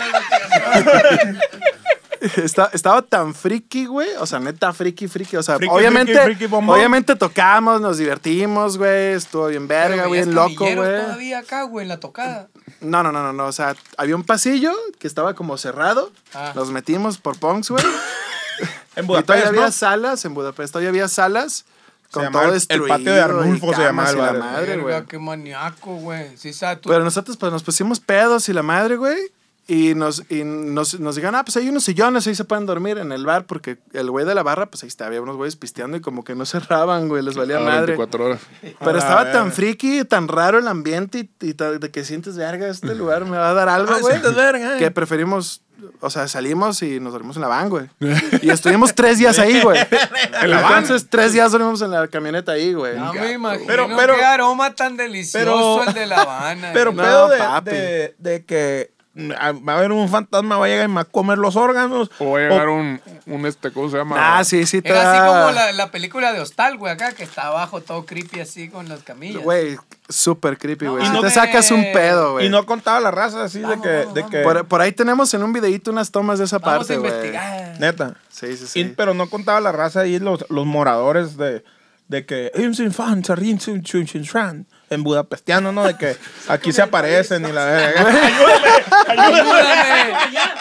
Esta- estaba tan friki, güey. O sea, neta, friki, friki. O sea, Friki, obviamente, friki, friki, bombón. obviamente tocamos, nos divertimos, güey. Estuvo bien <laughs> verga, pero güey, veías bien loco, camilleros güey. todavía acá, güey, en la tocada. No, no, no, no, no. O sea, había un pasillo que estaba como cerrado. Ah. Nos metimos por punks, güey. En Y todavía Budapest, había ¿no? salas en Budapest, todavía había salas con llamaba el- todo el destruido. patio de y Arnulfo se llamaba camas el y la bar. madre, güey. Verga, qué maníaco, güey. Sí, sabes, tú. Pero nosotros pues nos pusimos pedos y la madre, güey. Y nos, y nos, nos dijeron, ah, pues hay unos sillones, ahí se pueden dormir en el bar, porque el güey de la barra, pues ahí está, había unos güeyes pisteando y como que no <laughs> cerraban, güey, les valía A madre. 24 horas. Pero A estaba ver. tan friki, tan raro el ambiente y, y ta- de que sientes, verga, este lugar me va a dar algo, Ah, güey. sientes verga, eh. Que preferimos, o sea, salimos y nos dormimos en la <laughs> van, güey. Y estuvimos tres días ahí, güey. Entonces, tres días dormimos en la camioneta ahí, güey. No me imagino Pero- pero- qué aroma tan delicioso pero- <laughs> el de La Habana. Pero güey. No, pedo de, papi. de- de que mm, a- va a haber un fantasma, va a llegar y me va a comer los órganos. O va a llegar un, un este, ¿cómo se llama? Oh. Ah, sí, sí, te Era así da- como la, la película de Hostal, güey, acá, que está abajo todo creepy así con las camillas. Güey, súper creepy, güey. No si te mames. sacas un pedo, güey. y no contaba la raza así de que. de que Por, por ahí tenemos en un videíto unas tomas de esa Vamos parte, a güey. investigar. Neta. Sí, sí, Y- sí. pero no contaba la raza ahí, los, los moradores de, de que. En budapestiano, ¿no? De que aquí se aparecen y la verga. Ayúdame,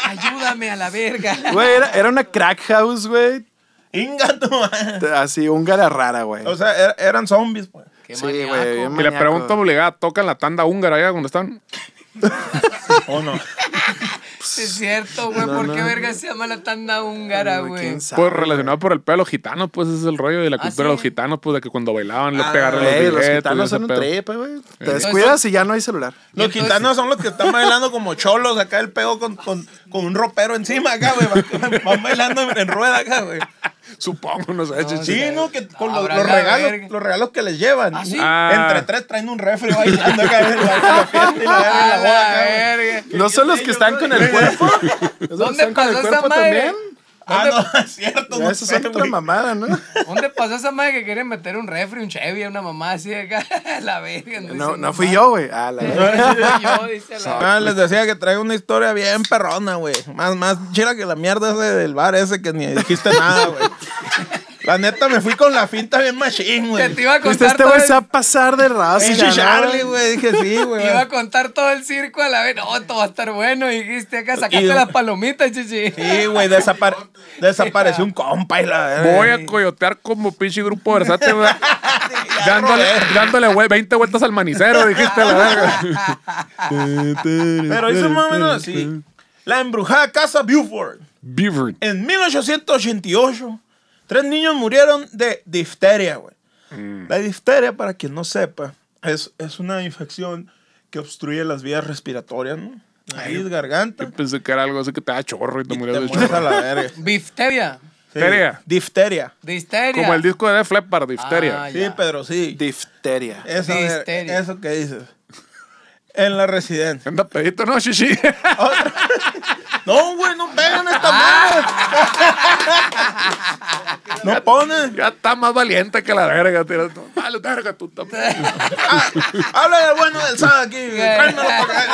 ayúdame a la verga. Güey, era, era una crack house, güey. Inga tu madre. t- Así, húngara rara, güey. O sea, er- eran zombies, pues. Qué sí, maníaco. güey. bien Y le maníaco. pregunto obligada, ¿tocan la tanda húngara allá donde están? ¿O <laughs> no? Sí, Es cierto, güey. No, ¿Por no. qué verga se llama la tanda húngara, Güey, Ah, güey? ¿Quién sabe? Pues relacionado por el pelo gitano, pues ese es el rollo de la ¿Ah, cultura de los sí? gitanos, pues de que cuando bailaban le Ah, pegaron los Güey, Eh, los billetes, gitanos ese son un pedo. trepe, güey. Te descuidas y ya no hay celular. Los entonces- gitanos son los que están bailando como cholos, acá el pego con, con, con un ropero encima acá, güey. Van, <laughs> van bailando en, en rueda acá, güey. Supongo, no sé. chichi. Sí, ¿no? Que con los, Ahora los la regalos, verga. los regalos que les llevan. ¿Ah, sí? Ah. Entre tres traen un refri bailando acá en la, en la fiesta <laughs> y la verga en la boda A la acá, güey. verga. No son los que están con el cuerpo. ¿No son los que ¿Dónde están con el pasó esa cuerpo madre? también? Ah, no, es cierto. Ya, no Eso sé, es otra güey. mamada, ¿no? ¿Dónde pasó esa madre que quieren meter un refri, un Chevy, una mamá así acá? <laughs> La verga. No, no <laughs> fui yo, güey. Ah, la verdad. yo, dice la. Ah, les decía que traigo una historia bien perrona, güey. Más, más chila que la mierda ese del bar ese que ni dijiste nada, güey. La neta me fui con la finta bien machín, Que güey. te iba a Este contar. este todo güey el- se va a pasar de raza. Pinche Charlie, güey. Dije sí, güey. Iba a contar todo el circo a la vez. No, esto va a estar bueno. Y dijiste acá, sacaste Y- las palomitas, chichi. Sí, güey. desapar- desapareció un compa y la Voy a coyotear como pinche grupo versátil, güey. dándole, dándole güey, 20 vueltas al manicero, dijiste la verga. Pero hizo más o menos así. La embrujada casa Buford. Beaver. En 1888, tres niños murieron de difteria, güey. Mm. La difteria, para quien no sepa, es, es una infección que obstruye las vías respiratorias, ¿no? Nariz, garganta. Yo pensé que era algo así que te da chorro y te y murió te de mueres a chorro. <laughs> la verga. Bifteria. Sí, Difteria. Difteria. De histeria. Como el disco de Def Leppard, Difteria. Ah, Sí, ya. Pedro, sí. Difteria. Eso, a ver, Difteria. eso que dices. En la residencia. Anda pedito, no, chichi. No, güey, no pegan esta madre. Ah. <laughs> No ponen. <laughs> ya está más valiente que la verga. tira. Dale, verga, tú también. Ah, Habla del bueno del sábado aquí. Tráemelo <laughs> para acá.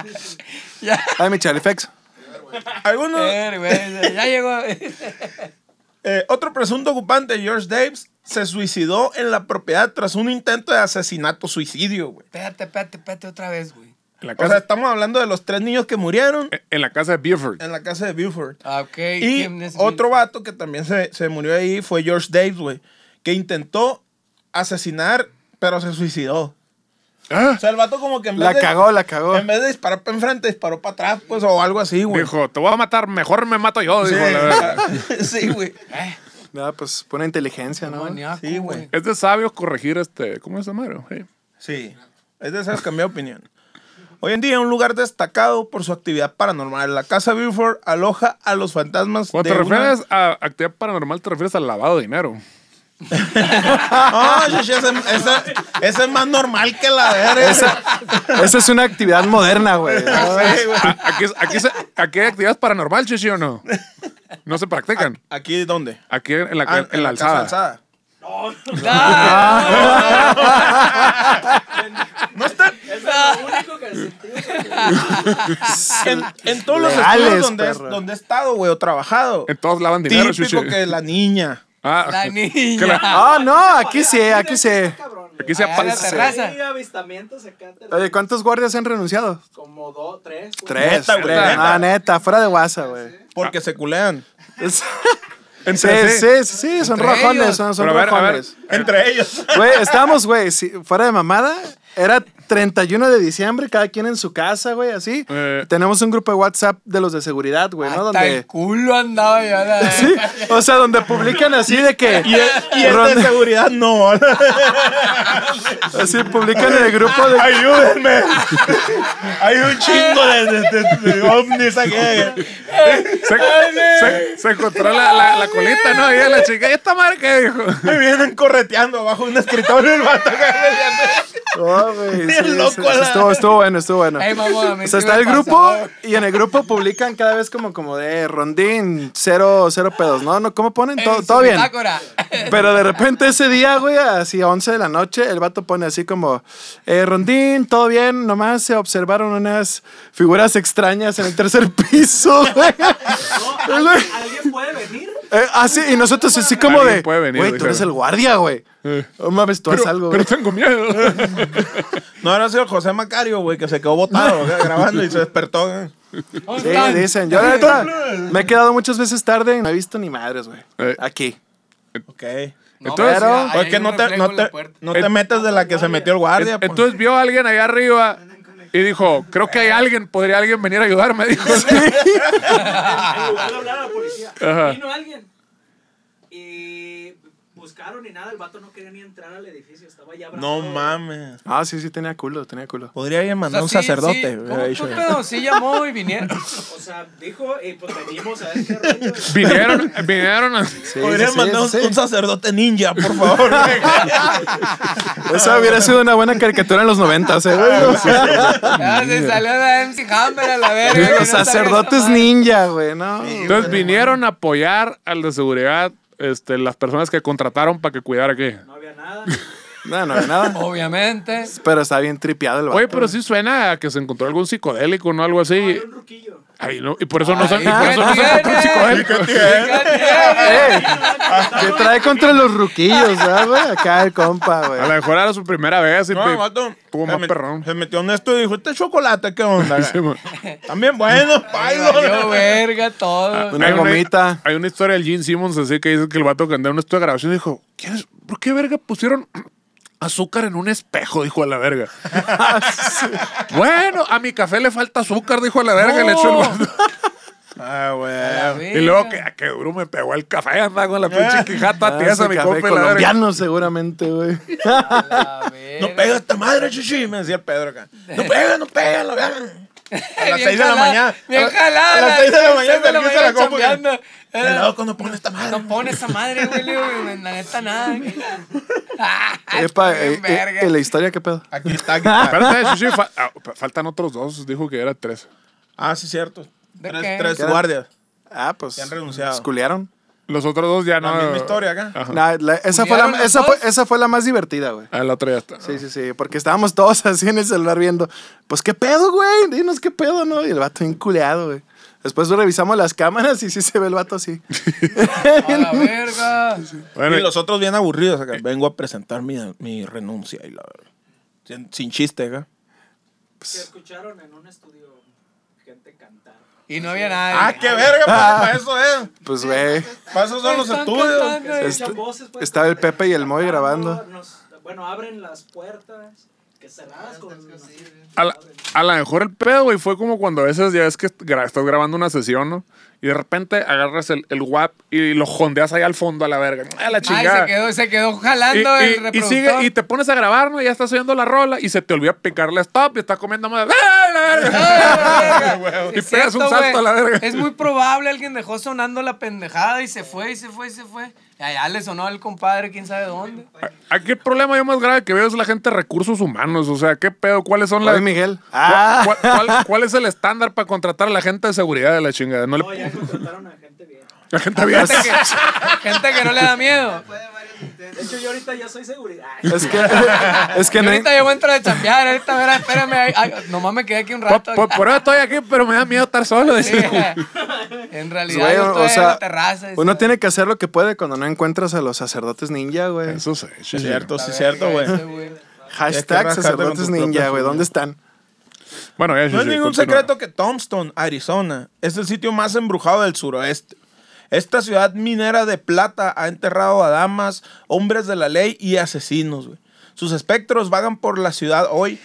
Ay, Ah, mi Charifex. Algunos, Ver, güey, Ya llegó. eh, otro presunto ocupante, George Davis, se suicidó en la propiedad tras un intento de asesinato-suicidio, güey. Espérate, espérate, espérate otra vez, güey. En la O sea, casa, estamos hablando de los tres niños que murieron en la casa de Beaver. en la casa de Buford. Ah, ok. Y ¿quién es- otro vato que también se, se murió ahí fue George Davis, güey, que intentó asesinar, pero se suicidó. Ah, O sea, el vato como que en vez La de- cagó, la cagó. En vez de disparar para enfrente, disparó para atrás, pues, o algo así, güey. dijo, te voy a matar, mejor me mato yo. Sí. Dijo, la verga. sí, güey. Eh, No, pues pone inteligencia, ¿no? maníaco, Sí, güey. güey. Es de sabios corregir este. ¿Cómo es Mario? Sí. Es de esas que mi opinión. Hoy en día, un lugar destacado por su actividad paranormal. La casa Buford aloja a los fantasmas. Cuando te de una- refieres a actividad paranormal, te refieres al lavado de dinero. No, Ah, ese, ese- ese- ese es más normal que la verga. Esa es una actividad moderna, güey. ¿no? Sí, güey. A- Aquí, es- aquí, se- aquí hay actividad paranormal, chichi, o <laughs> no? No se practican. ¿Aquí dónde? Aquí en la, ca- Ah, en la casa alzada. alzada. Ah. Es lo único que sentí. En, en todos los Legales, estudios donde, perro. he- donde he estado, güey, o trabajado. En todos lavan dinero, Típico chichi. que la niña. Ah, La <laughs> que niña. la- Ah, no, aquí sí, aquí sí. Cabrón, güey. aquí se Allá en la aparece. terraza. Hay avistamientos acá. de la- Oye, ¿cuántos guardias han renunciado? Como dos, tres. güey. Tres. Neta, güey, tres. neta. No, neta, fuera de WhatsApp, güey. Porque se culean. Es- Entre <laughs> Sí, sí. sí, sí, sí, son Entre ellos. rojones, son, son Pero a ver, a ver. rojones. <laughs> Entre ellos. Güey, estábamos, güey, si- fuera de mamada. Era 31 de diciembre, cada quien en su casa, güey, así. Eh. Tenemos un grupo de WhatsApp de los de seguridad, güey, Ah, Hasta ¿no? el Donde. culo andaba yo. la verga. <laughs> Sí, o sea, donde publican así de que. Y, el- y el de ronda- seguridad no. así publican en el grupo de. <laughs> ¡Ayúdenme! Hay un chingo de, de, de- de ovnis aquí. Se, se, se encontró la, la, la colita, ¿no? Y la chica, ¿y esta madre qué dijo? <laughs> Me vienen correteando abajo de un escritorio el vato acá. No, Oh, <laughs> güey, sí, Bien loco, sí, la- estuvo, estuvo bueno, estuvo bueno. Ey, mamón, a mí O sea, sí está me el pasó, grupo güey. y en el grupo publican cada vez como, como de rondín, cero, cero pedos, ¿no? no ¿Cómo ponen? En Todo, su todo bien. bitácora. Pero de repente ese día, güey, así a 11 de la noche, el vato pone así como, eh, rondín, todo bien, nomás se observaron unas figuras extrañas en el tercer piso, <laughs> güey. No, ¿alguien, ¿Alguien puede venir? Eh, así, y nosotros así como Alguien de, puede venir, güey, tú eres dijeron. Eh. el guardia, güey. No mames, tú Pero, haz algo, pero güey. tengo miedo. No habrá sido el José Macario, güey, que se quedó botado acá, grabando y se despertó. eh. Sí, ¿Dónde están? dicen. Yo la neta me he quedado muchas veces tarde y no he visto ni madres, güey. Eh. Aquí. Ok. Eh, No, Entonces- pero sí, Pero- ahí Porque hay un no te, reflejo no en la te, puerta. no te metes de la que se metió el guardia. pues. Entonces vio a alguien allá arriba y dijo, creo que hay alguien, podría alguien venir a ayudarme, dijo. <laughs> En lugar de hablar a la policía. Ajá. Vino alguien. Y buscaron ni nada, el vato no quería ni entrar al edificio, estaba ya No abrazado. mames. Ah, sí, sí, tenía culo, tenía culo. Podría haber O sea, mandado un sí, sacerdote. sí, hubiera ¿cómo dicho. fue el pedo? Sí llamó y vinieron. <laughs> O sea, dijo, y pues venimos a ver qué rollo. Vinieron, vinieron a- Sí, Podría sí, mandar un, sí. un sacerdote ninja, por favor. <laughs> Esa hubiera sido una buena caricatura en los noventas, eh, güey. Ah, se salió la MC Hammer a la verga. que no Los sabía sacerdotes esa madre. ninja, güey, no. Entonces vinieron a apoyar al de seguridad este, las personas que contrataron para que cuidara aquí. No había nada. No, no, nada. Obviamente. Pero está bien tripeado el vato. Oye, pero sí suena a que se encontró algún psicodélico, ¿no? Algo así. Era un ruquillo. Ay, no, y por eso no Ay, Ah, son, y ¿qué por eso no son tiene? psicodélicos. Eh, ¿Qué trae contra los ruquillos, ah, güey? Acá el compa, güey. A lo mejor era su primera vez. Y No, pe- el Ah, vato tuvo se más met- perrón. Se metió en esto y dijo, este chocolate, ¿qué onda? Sí, mo- También bueno, <laughs> Valió pailo. verga todo. Una hay <laughs> gomita. Hay una historia del Gene Simmons así que dice que el vato que andaba en un estudio de grabación dijo, "¿Quién es- ¿por qué verga pusieron azúcar en un espejo? Dijo a la <laughs> verga. Ah, bueno, a mi café le falta azúcar, dijo a la verga. Le echó el vato. Ah, pues, güey. Y luego que, que duro me pegó el café, anda con la pinche quijata, Ah, tía, ese mi café compa. y la verga. colombiano seguramente, güey. No pega esta madre, chichi, me decía el Pedro acá. No pega, no pega, la verga. A las 6 de la mañana. Ah, Bien a la- jalada. A las 6 de la mañana me empieza la compu. chambeando. Eh, El loco no pone esta madre. No pone esa madre, güey. le digo, La neta, nada. Ah, <laughs> Epa, bien eh, verga. eh, la historia, ¿qué pedo? Aquí está, aquí <laughs> está. Espérate, eso sí, fa- ah, pa- faltan otros dos. Dijo que era tres. Ah, sí, cierto. ¿De qué? Tres, tres ¿Qué era? guardias. Ah, pues. Ya han renunciado. ¿Esculearon? Los otros dos ya La no. misma historia acá. Nah, la- esa, fue ¿Culearon la, los esa, fue, dos? esa fue la más divertida, güey. Ah, la otra ya está. Sí, sí, sí, porque estábamos todos <laughs> así en el celular viendo, pues qué pedo, güey, dinos qué pedo, ¿no? Y el vato bien culeado, güey. Después revisamos las cámaras y sí se ve el vato así. A la verga. Bueno, y los otros bien aburridos acá. Vengo a presentar mi, mi renuncia y la verdad. Sin, sin chiste acá. Se escucharon en un estudio gente cantar. Y no había nada. Ah, qué verga, pues, <laughs> para eso es. Pues, güey, Para eso son los Están estudios. cantando y- Es- Escuchan voces, pues, estaba el Pepe y el Moy cantando, grabando. nos- bueno, abren las puertas, que cerradas con... a la- a lo mejor el pedo, güey, fue como cuando a veces ya ves que gra- estás grabando una sesión, ¿no? Y de repente agarras el, el WAP y lo jondeas ahí al fondo a la verga. A la Ay, chingada. se quedó, se quedó Y, jalando y- el y reproductor. sigue, y te pones a grabar, ¿no? Y ya estás oyendo la rola y se te olvida picarle stop y estás comiendo más. ¡Ah, la verga! <laughs> ¡Ah, la <laughs> verga! Y Es pegas un salto güey. a la verga. Es muy probable alguien dejó sonando la pendejada y se fue, y se fue, y se fue. Y allá le sonó el compadre, quién sabe dónde. Aquí el problema yo más grave que veo es la gente de recursos humanos. O sea, ¿qué pedo? ¿Cuáles son las. Oye, Miguel. ¿Cuál, Ah, cuál- cuál- cuál es el estándar para contratar a la gente de seguridad de la chingada? No le- No, ya contrataron a gente bien. la gente abierta. Gente <laughs> que, gente que no le da miedo. De hecho, yo ahorita ya soy seguridad. <laughs> es que, <laughs> es que Yo no hay- ahorita yo voy a entrar a chambear, ahorita, verá, espérame. Ay, ay, nomás me quedé aquí un Por, rato. por- por eso estoy aquí, pero me da miedo estar solo. Sí. En realidad, pues, güey, yo estoy o en sea, la terraza. y uno se- tiene que hacer lo que puede cuando no encuentras a los sacerdotes ninja, güey. Eso sí, sí, Es sí. cierto, sí, La es cierto, güey. verga, ese, No rascarte Hashtag con sacerdotes tus ninja, propias güey, ¿dónde uñas. están? Bueno, ya, sí, es sí, ningún continúa. secreto que Tombstone, Arizona, es el sitio más embrujado del suroeste. Esta ciudad minera de plata ha enterrado a damas, hombres de la ley y asesinos. güey. Sus espectros vagan por la ciudad hoy,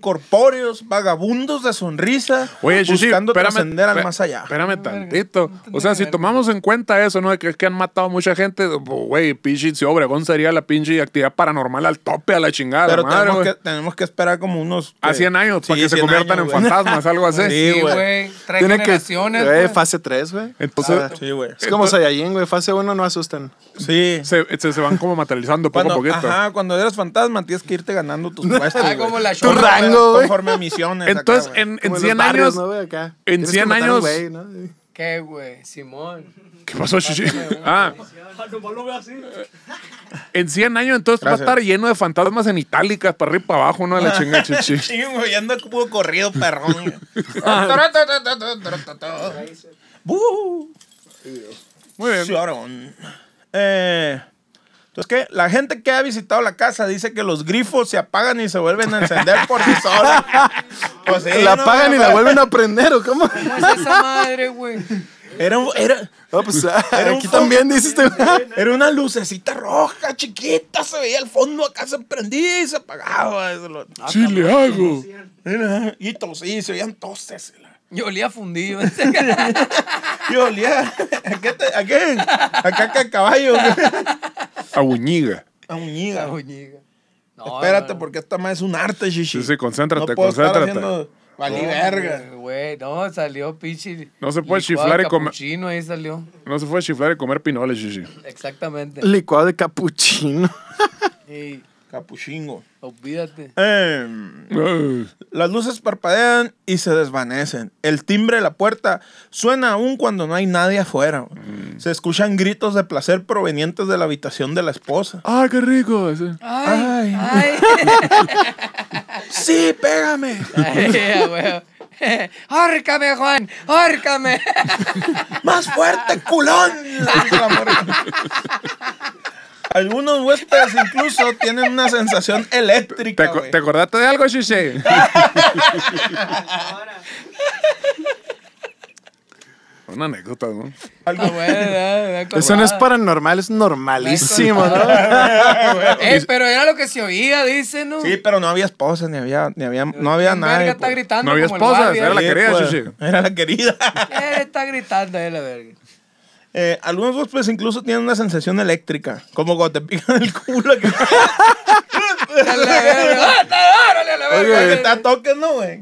incorpóreos, vagabundos de sonrisa, Oye, sí, sí, buscando espérame, trascender al espé- más allá. Espérame tantito. O sea, si tomamos en cuenta eso, ¿no? De que, que han matado a mucha gente, pues, güey, pinche si Obregón sería la pinche actividad paranormal al tope, a la chingada. Pero madre, tenemos, güey. que, tenemos que esperar como unos... A ¿qué? 100 años, para Sí, que se 100 conviertan años, en güey. fantasmas, algo así. Sí, Sí, güey. güey. Tres Tiene que. generaciones. güey, pues. fase 3, güey. Entonces- A ver. <laughs> Sí, güey. Es como Saiyajin, güey. Fase 1 no asustan. Sí. Se, se, se van como materializando poco a Cuando, poquito. ajá, cuando eres fantasma tienes que irte ganando tus puestos. Ah, güey. como la Tu Shona, rango, güey. Conforme a misiones. acá, Entonces, güey. en, en Como los 100 barrios, años. ¿no, güey? Acá. en Tienes que 100 matar al años- güey, ¿no? ¿Qué, güey? Simón. ¿Qué pasó, Shishi? Ah, Ah, nomás lo veo así. en 100 años entonces Gracias. va a estar lleno de fantasmas en itálicas, para arriba y para abajo, ¿no? A la chinga, Shishi. <laughs> Sí, güey, anda como corrido, perrón. <laughs> Buh, Muy bien. Uh, llorón. Eh, entonces, ¿qué? La gente que ha visitado la casa dice que los grifos se apagan y se vuelven a encender por sí solos. Pues sí, la ¿no? apagan y la vuelven a prender, ¿o cómo? ¿Cómo es esa madre, güey? Era, un- era, No, pues Era un aquí foco. también este dices tú. era una lucecita roja, chiquita, se veía al fondo, acá se prendía y se apagaba. Eso lo- Sí, le hago. Era- <laughs> Y tosí, se oían toses. y la- Yo olía fundido. <laughs> Yo olía. ¿A qué? te- ¿A qué? ¿A caca de caballo? A Uñiga. <laughs> A Uñiga. güey. Uñiga. No, Espérate, no, porque esta madre es un arte, Shishi. Sí, sí, concéntrate, no puedo concéntrate. Estar haciendo... Valí no, verga. Güey, no, salió pinche. No se puede licuado chiflar y comer- capuchino, ahí salió. No se fue a chiflar y comer pinoles, Shishi. Exactamente. Licuado de capuchino. Y Capuchingo. olvídate. Em, Las luces parpadean y se desvanecen. El timbre de la puerta suena aún cuando no hay nadie afuera. güey. Mm. Se escuchan gritos de placer provenientes de la habitación de la esposa. ¡Ah, qué rico! Sí. ¡Ay! Ay, ¡Sí, pégame! <laughs> ay, güey. <laughs> ¡Hórcame, Juan! <laughs> ¡Hórcame! ¡Más fuerte, culón! Le dice la morra. Algunos huéspedes incluso tienen una sensación ¿Te, eléctrica. aco- güey. te acordaste de algo, Shishi? Una anécdota, ¿no? Ah, güey, da- da Eso no es colgada. paranormal, es normalísimo, ¿no? <laughs> Eh, pero era lo que se oía, dicen, ¿no? Sí, pero no había esposa, ni había, ni había, no había Verga, nadie. está pues. gritando. No había como el esposas, Barbie, era la eh. Sí, querida, pues, Shishi. Era la querida. Él está gritando, eh, la verga. <laughs> Eh, algunos huéspedes incluso tienen una sensación eléctrica, como cuando te pican el culo. <laughs> Que... A la verga. ¡Órale, a la verga! Oye, te toques, ¿no, güey?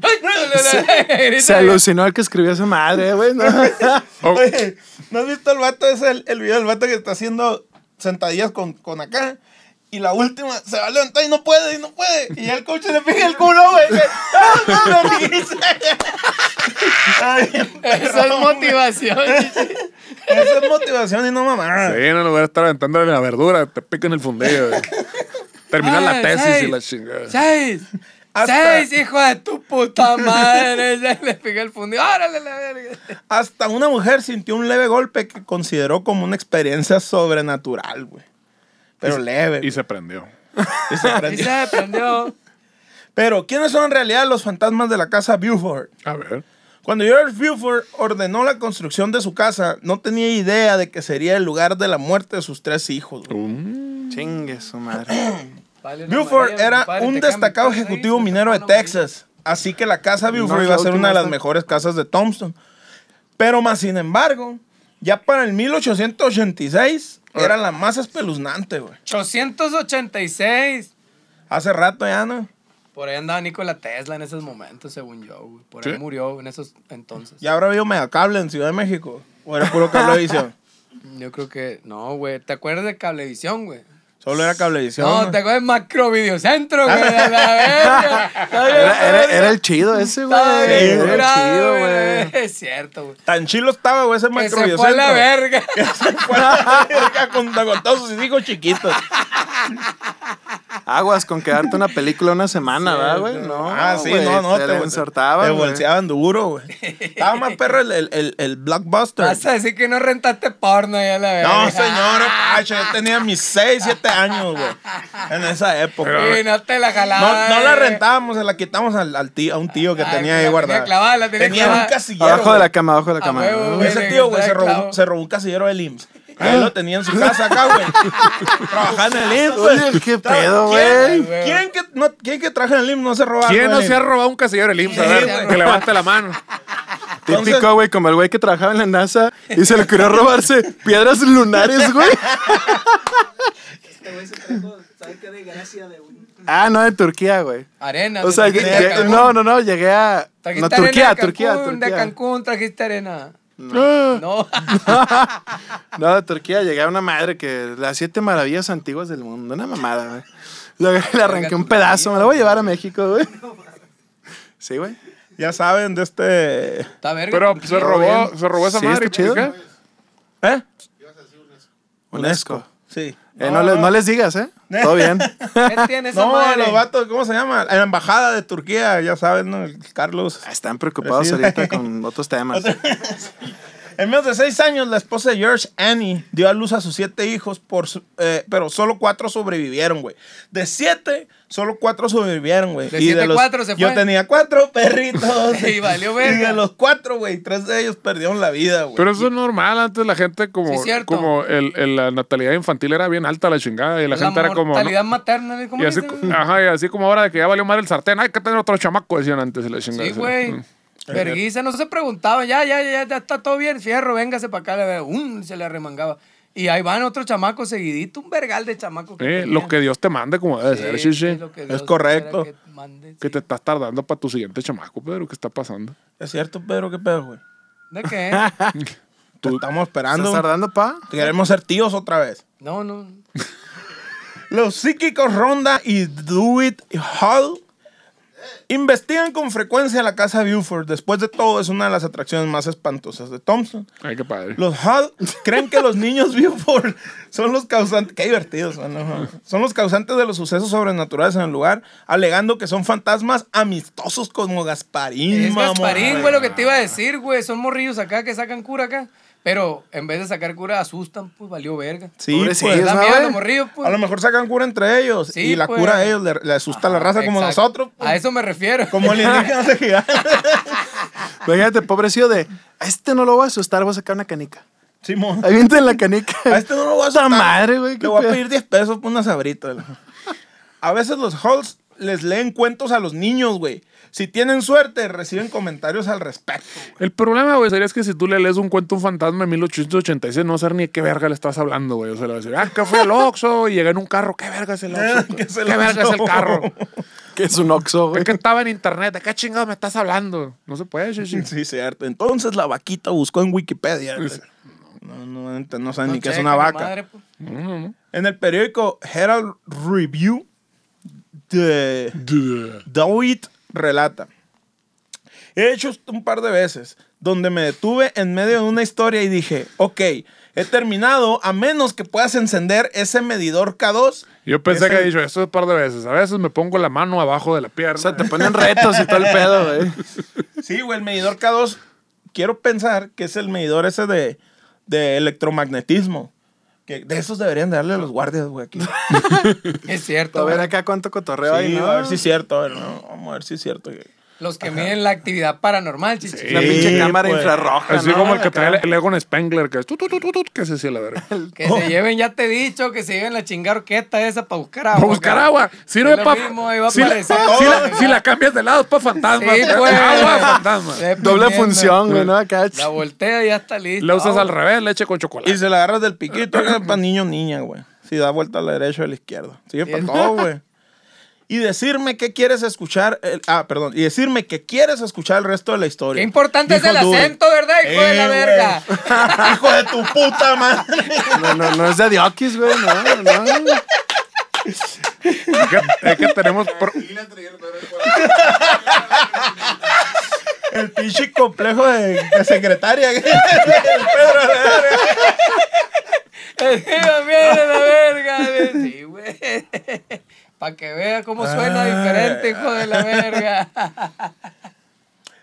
Grita, Se alucinó al que escribió esa madre, güey. ¿no? Oh. Oye, ¿no has visto el vato? Es el, el video del vato que está haciendo sentadillas con, con acá. Y la última se va a levantar y no puede, y no puede. Y ya el coach le pica el culo, güey. ¡Ah, no me dice! <laughs> Ay, Esa es perro, güey. motivación. Esa es motivación y no mamá. Sí, no, no voy a estar aventándole la verdura, te pican el fundillo. güey. Terminan la Ay, tesis y seis. la chingada. ¡Seis! Hasta- ¡Seis, hijo de tu puta madre! Ya le pegó el fundido. ¡Órale, la verga! Hasta una mujer sintió un leve golpe que consideró como una experiencia sobrenatural, güey. Pero leve. Y se prendió. Y se Y prendió. se prendió. Pero, ¿quiénes son en realidad los fantasmas de la casa Buford? A ver. Cuando George Buford ordenó la construcción de su casa, no tenía idea de que sería el lugar de la muerte de sus tres hijos. güey. Uh. Chingue su madre. Vale, no, Buford María, era compadre, un te cambio, destacado ¿estás ahí? ejecutivo Te minero de tocó, no, María. Texas, así que la casa Buford No, iba a la ser última una de las está- mejores casas de Thompson. Pero más sin embargo, ya para el 1886 Ah. era la más espeluznante, güey. 886. Hace rato ya, ¿no? Por ahí andaba Nikola Tesla en esos momentos, según yo. güey. Por ahí ¿Sí? murió en esos entonces. Ya habrá habido megacable en Ciudad de México. O era puro <laughs> cablevisión. Yo creo que. No, güey. ¿Te acuerdas de Cablevisión, güey? Solo era cablevisión. No, güey. te acuerdas de Macro Videocentro, güey. a la verga. Está bien, Era, era- era el chido ese, güey. está bien Sí, güey. Era el curado, chido, güey. güey. Es cierto, güey. Tan chilo estaba, güey, ese Que macro se fue a la verga. Se fue a la verga con, con todos sus hijos chiquitos. Aguas con quedarte una película una semana, ¿verdad, güey? No, ah, sí, güey, no, no. Te, te ensartaban, Te güey. bolseaban duro, güey. Estaba más perro el, el, el, el blockbuster. Vas a decir que no rentaste porno ya la verga. Ah, No, señora, Pacho, yo tenía mis 6, 7 años, güey. En esa época. Y no te la jalaba. no, no la eh. rentábamos, se la quitamos al, al tío, a un tío que Ah, tenía la ahí tenía guardada. clavada, la tenía clavada. un casillero. Abajo de güey. la cama, abajo de la A cama. huevo, ¿no? güey. Ese tío, güey, se robó, Clavo. se robó un casillero del IMSS. Ahí lo tenía en su casa acá, <laughs> güey. Trabajaba en el IMSS, güey. Oye, qué pedo, ¿Quién, güey. güey. quién que, no, quién que trabaja en el IMSS no se roba ¿Quién algo no del se ha IMSS? robado un casillero del IMSS? A Ah, Sí, ver, güey. que levante la mano. Típico, güey, como el güey que trabajaba en la NASA y se le ocurrió robarse piedras lunares, güey. Este güey se trajo, ¿sabes qué? De Grecia, de un... Ah, no, de Turquía, güey. Arena. O sea, te lle- trajiste de lle- Cancún. no, no, no, llegué a... Trajiste No, arena de Turquía, Cancún, Turquía, De Turquía. Cancún trajiste Ah, arena. <gasps> No. <laughs> No, de Turquía llegué a una madre que las siete maravillas antiguas del mundo, una mamada, güey. Le, le arranqué un pedazo, me lo voy a llevar a México, güey. Sí, güey. Ya saben de este. Está verga. Pero pues, Turquía. se robó, se robó esa Sí, madre. está chido. ¿qué? ¿Eh? UNESCO. Sí. Eh, no, les, no les digas, ¿eh? Todo bien. <laughs> ¿Qué tiene esa No, madre? los vatos, ¿cómo se llama? La embajada de Turquía, ya saben, ¿no? El Carlos. Ah, Están preocupados Sí. ahorita con otros <laughs> temas. En menos de seis años, la esposa de George, Annie, dio a luz a sus siete hijos, por su- eh, pero solo cuatro sobrevivieron, güey. De siete, solo cuatro sobrevivieron, güey. De Y siete, los- cuatro se Yo fue. tenía cuatro perritos. <laughs> Y valió Y verga. de los cuatro, güey, tres de ellos perdieron la vida, güey. Pero eso es normal. Antes la gente, Sí, como, cierto. como el, el- la natalidad infantil era bien alta, la chingada. Y la, gente era como. ¿no? mortalidad materna, ¿cómo Y así, dicen? ajá, y así como ahora de que ya valió madre el sartén, hay que tener otro chamaco, decían antes. y La chingada, Sí, así. güey. Mm. Verguiza, no se preguntaban, ya, ya, ya, ya está todo bien, fierro, véngase para acá, um, le ve, un, se le arremangaba. Y ahí van otros chamacos seguidito, un vergal de chamacos. Eh, tenían. lo que Dios te mande, como debe ser, sí, sí. lo que Es Dios correcto. quiera que mande, Que sí. te estás tardando para tu siguiente chamaco, Pedro. ¿Qué está pasando? Es cierto, Pedro, qué pedo, güey. <laughs> ¿De qué? Te estamos ¿Estás esperando. tardando, pa? Queremos ser tíos otra vez. No, no. Los psíquicos Ronda y Do It Hall investigan con frecuencia la casa Buford. Después de todo, es una de las atracciones más espantosas de Thompson. Ay, qué padre. Los Hall creen que los niños <laughs> Buford son los causantes. Qué divertidos son los Hall. Son los causantes de los sucesos sobrenaturales en el lugar, alegando que son fantasmas amistosos como Gasparín. Es mamón. Gasparín, güey, lo que te iba a decir, güey. Son morrillos acá que sacan cura acá. Pero en vez de sacar cura, asustan, pues valió verga. Sí, pues. Pobrecillos, Da ¿no, miedo a güey? los morrillos, pues. A lo mejor sacan cura entre ellos Sí, y la pues. cura a ellos le, le asusta a la raza como Exacto. nosotros. pues. A eso me refiero. Como <laughs> <laughs> alienígenas de gigante. Imagínate, pobrecillo de, a este no lo voy a asustar, voy a sacar una canica. Simón. Avienten la canica. <laughs> A este no lo voy a Puta asustar. madre, güey. qué Le voy a pedo. pedir 10 pesos por una sabrita. A veces los halls les leen cuentos a los niños, güey. Si tienen suerte, reciben comentarios al respecto. güey. El problema, güey, sería es que si tú le lees un cuento a un fantasma en 1886, no vas a saber ni de qué verga le estás hablando, güey. O sea, le vas a decir, ah, que fue el Oxxo y llegué en un carro. ¿Qué verga es el Oxxo? ¿Qué es el verga Oxxo? es el carro? Que es un oxo, Es güey. que estaba en internet. ¿De qué chingado me estás hablando? No se puede, Shishi. Sí, cierto. Entonces la vaquita buscó en Wikipedia. No, no, no, no saben ni qué es checa una la vaca. madre, pues. En el periódico Herald Review de Dewitt relata. He hecho esto un par de veces, donde me detuve en medio de una historia y dije, ok, he terminado a menos que puedas encender ese medidor K2. Yo pensé Ese- que he dicho eso un par de veces. A veces me pongo la mano abajo de la pierna. O sea, te ponen retos y todo el <laughs> pedo, güey. Pues, Sí, güey, el medidor K2, quiero pensar que es el medidor ese de, de electromagnetismo. Que de esos deberían darle a los guardias, güey, aquí. Es A cierto. ver güey. acá cuánto cotorreo hay, Sí, ¿no? a ver si es cierto, a ver, no, vamos a ver si es cierto. güey. Los que miden la actividad paranormal, chichi. Una pinche Sí, cámara pues. infrarroja, Así ¿no? como el que Acá. trae el Egon Spengler, que es tu, tu, tu, tu, tu, que se hacía la verga. Que se lleven, ya te he dicho, que se lleven la chingar orquesta esa para buscar agua. Para buscar agua. Sirve Es lo para. mismo, ahí va a Si, la, aparecer. <laughs> si la- si la cambias de lado es para fantasmas. Sí, güey. pues. Agua, fantasma. Doble función, güey, ¿no? Acá. La voltea y ya está lista. La usas al Vamos. revés, leche con Y chocolate. se la agarras del piquito, para niño niña, güey. Si da vuelta a la derecha o a la izquierda. Sigue para Sí. todo, güey. Y decirme qué quieres escuchar. el- ah, perdón. Y decirme que quieres escuchar el resto de la historia. Qué importante es Dijo el Dewey. acento, ¿verdad, hijo de la Eh, güey. verga? <laughs> <laughs> hijo de tu puta madre. No, no, no es de Diokis, güey, <laughs> no, no. Es que, es que tenemos. pro- El pinche complejo de, de secretaria. <laughs> El Pedro, la verga. Digo, mira la verga. güey. Sí, güey. <laughs> Para que vea cómo suena Ay. diferente, hijo de la verga. <laughs>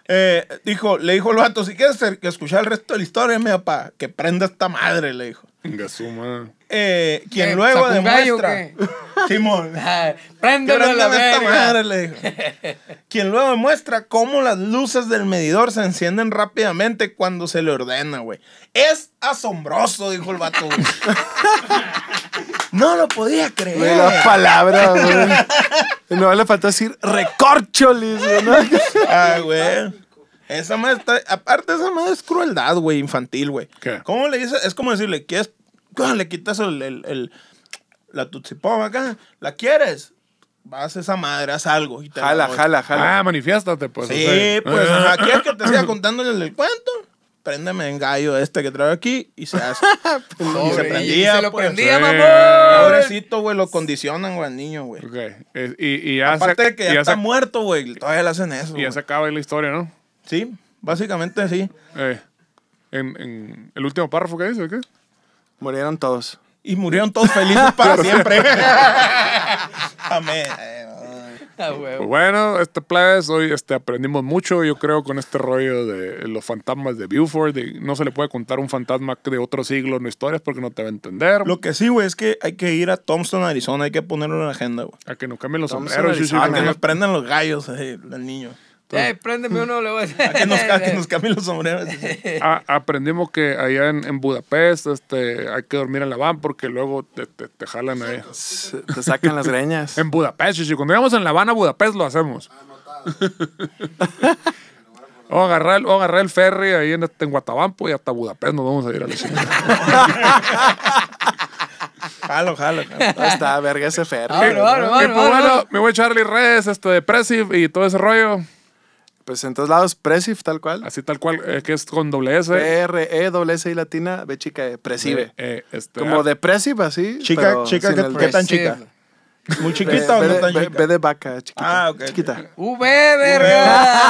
Eh, dijo, le dijo el vato, si quieres escuchar el resto de la historia, mira, pa, que prenda esta madre, le dijo. Venga, suma. Eh, quien ¿Qué? luego ¿Sacó un gallo demuestra. o <laughs> Simón. Ah, Préndelo a la Préndeme esta madre, verga. le dijo. <laughs> Quien luego demuestra cómo las luces del medidor se encienden rápidamente cuando se le ordena, güey. Es asombroso, dijo el vato. <laughs> güey. no lo podía creer. Güey, la palabra, güey. No le faltó decir recorcholis, güey, ¿no? Ah, güey. Esa madre está. Aparte, esa madre es crueldad, güey, infantil, güey. ¿Qué? ¿Cómo le dices? Es como decirle, ¿quieres? Ah, Le quitas el. el- el- la tutsipoma acá. ¿La quieres? Vas a esa madre, haz algo. Y te la Jala, doy. jala, jala. Ah, manifiéstate, pues. o Sí, sea. pues ajá, ¿quieres que te siga contando el del cuento? Préndeme en gallo este que traigo aquí y se hace. y se Pobre, prendía, y se lo pues. prendía, Sí. mamón. Pobrecito, güey, lo condicionan, güey, al niño, <laughs> güey. Ok. Es- Y, y ya Aparte se, de que y ya, ya está se- muerto, güey, todavía le hacen eso. y ya güey. se acaba ahí la historia, ¿no? Sí, básicamente sí. Eh, en, en el último párrafo que dice, ¿o ¿qué? Murieron todos. Y <laughs> murieron todos felices para siempre. Amén. Ah, Pues huevo. bueno, este plebes, hoy este, aprendimos mucho, yo creo, con este rollo de los fantasmas de Buford. y no se le puede contar un fantasma de otro siglo no historias porque no te va a entender. Lo que sí, güey, es que hay que ir a Thompson, Arizona. Hay que ponerlo en la agenda, güey. A que nos cambien los Thompson, sombreros. sí, sí, A que sí. nos prendan los gallos eh, del niño. Eh, préndeme uno, le voy a decir. A que nos, a que nos cambien los sombreros. A- Ah, aprendimos que allá en, en Budapest este, hay que dormir en la van porque luego te, te- te jalan ahí. Se- Te sacan <laughs> las greñas. En Budapest, chichi. Cuando íbamos en La Habana, Budapest lo hacemos. <laughs> o, agarrar, el- o agarrar el ferry ahí en, este- en Guatabampo y hasta Budapest nos vamos a ir a la chingada. jalo, jalo. jalo. Ah, Está verga ese ferry. Ah, bueno, bueno, Y bueno, pues bueno. bueno, me voy a Charlie Reyes, este, Depressive y todo ese rollo. Pues en todos lados, Presif, tal cual. E Así tal cual, eh, que es con doble S. P-R-E-S-S-I latina, B chica, E, Presive. Eh, este, Como ah, depresive, así. Chica, pero chica, sin ¿qué- el qué D. tan chica? ¿Muy chiquita o Ve- no ve tan de- ve- ve chiquita? de vaca, chiquita. Ah, ok. Chiquita. V, verga.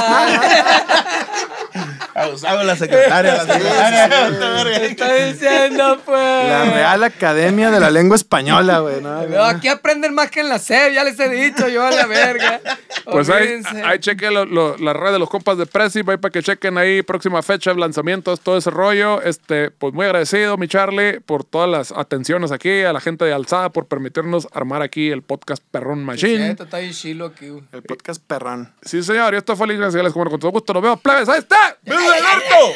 Abusado la secretaria, la <laughs> secretaria. Te estoy diciendo, pues. La Real Academia de la Lengua Española, <laughs> güey. No, No, Ah. aquí aprenden más que en la SEP, ya les he dicho yo a la verga. Pues ahí, Olvídense. ahí chequen lo- lo- la red de los compas de Presive, ahí para que chequen ahí próxima fecha, lanzamientos, todo ese rollo. Este, pues muy agradecido, mi Charlie, por todas las atenciones aquí, a la gente de Alzada por permitirnos armar aquí el podcast Perrón Machine. Esto está bien chilo aquí, güey. El podcast perrón. Sí, señor, y esto fue Ligas Nacionales, como no, con todo gusto. Nos vemos, plebes, ahí está. ¡Viva el orto!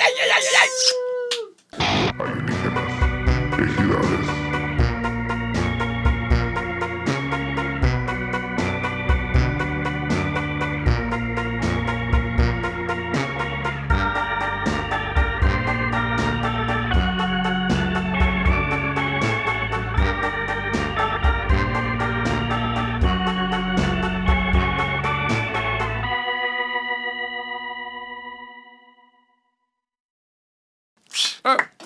Ah.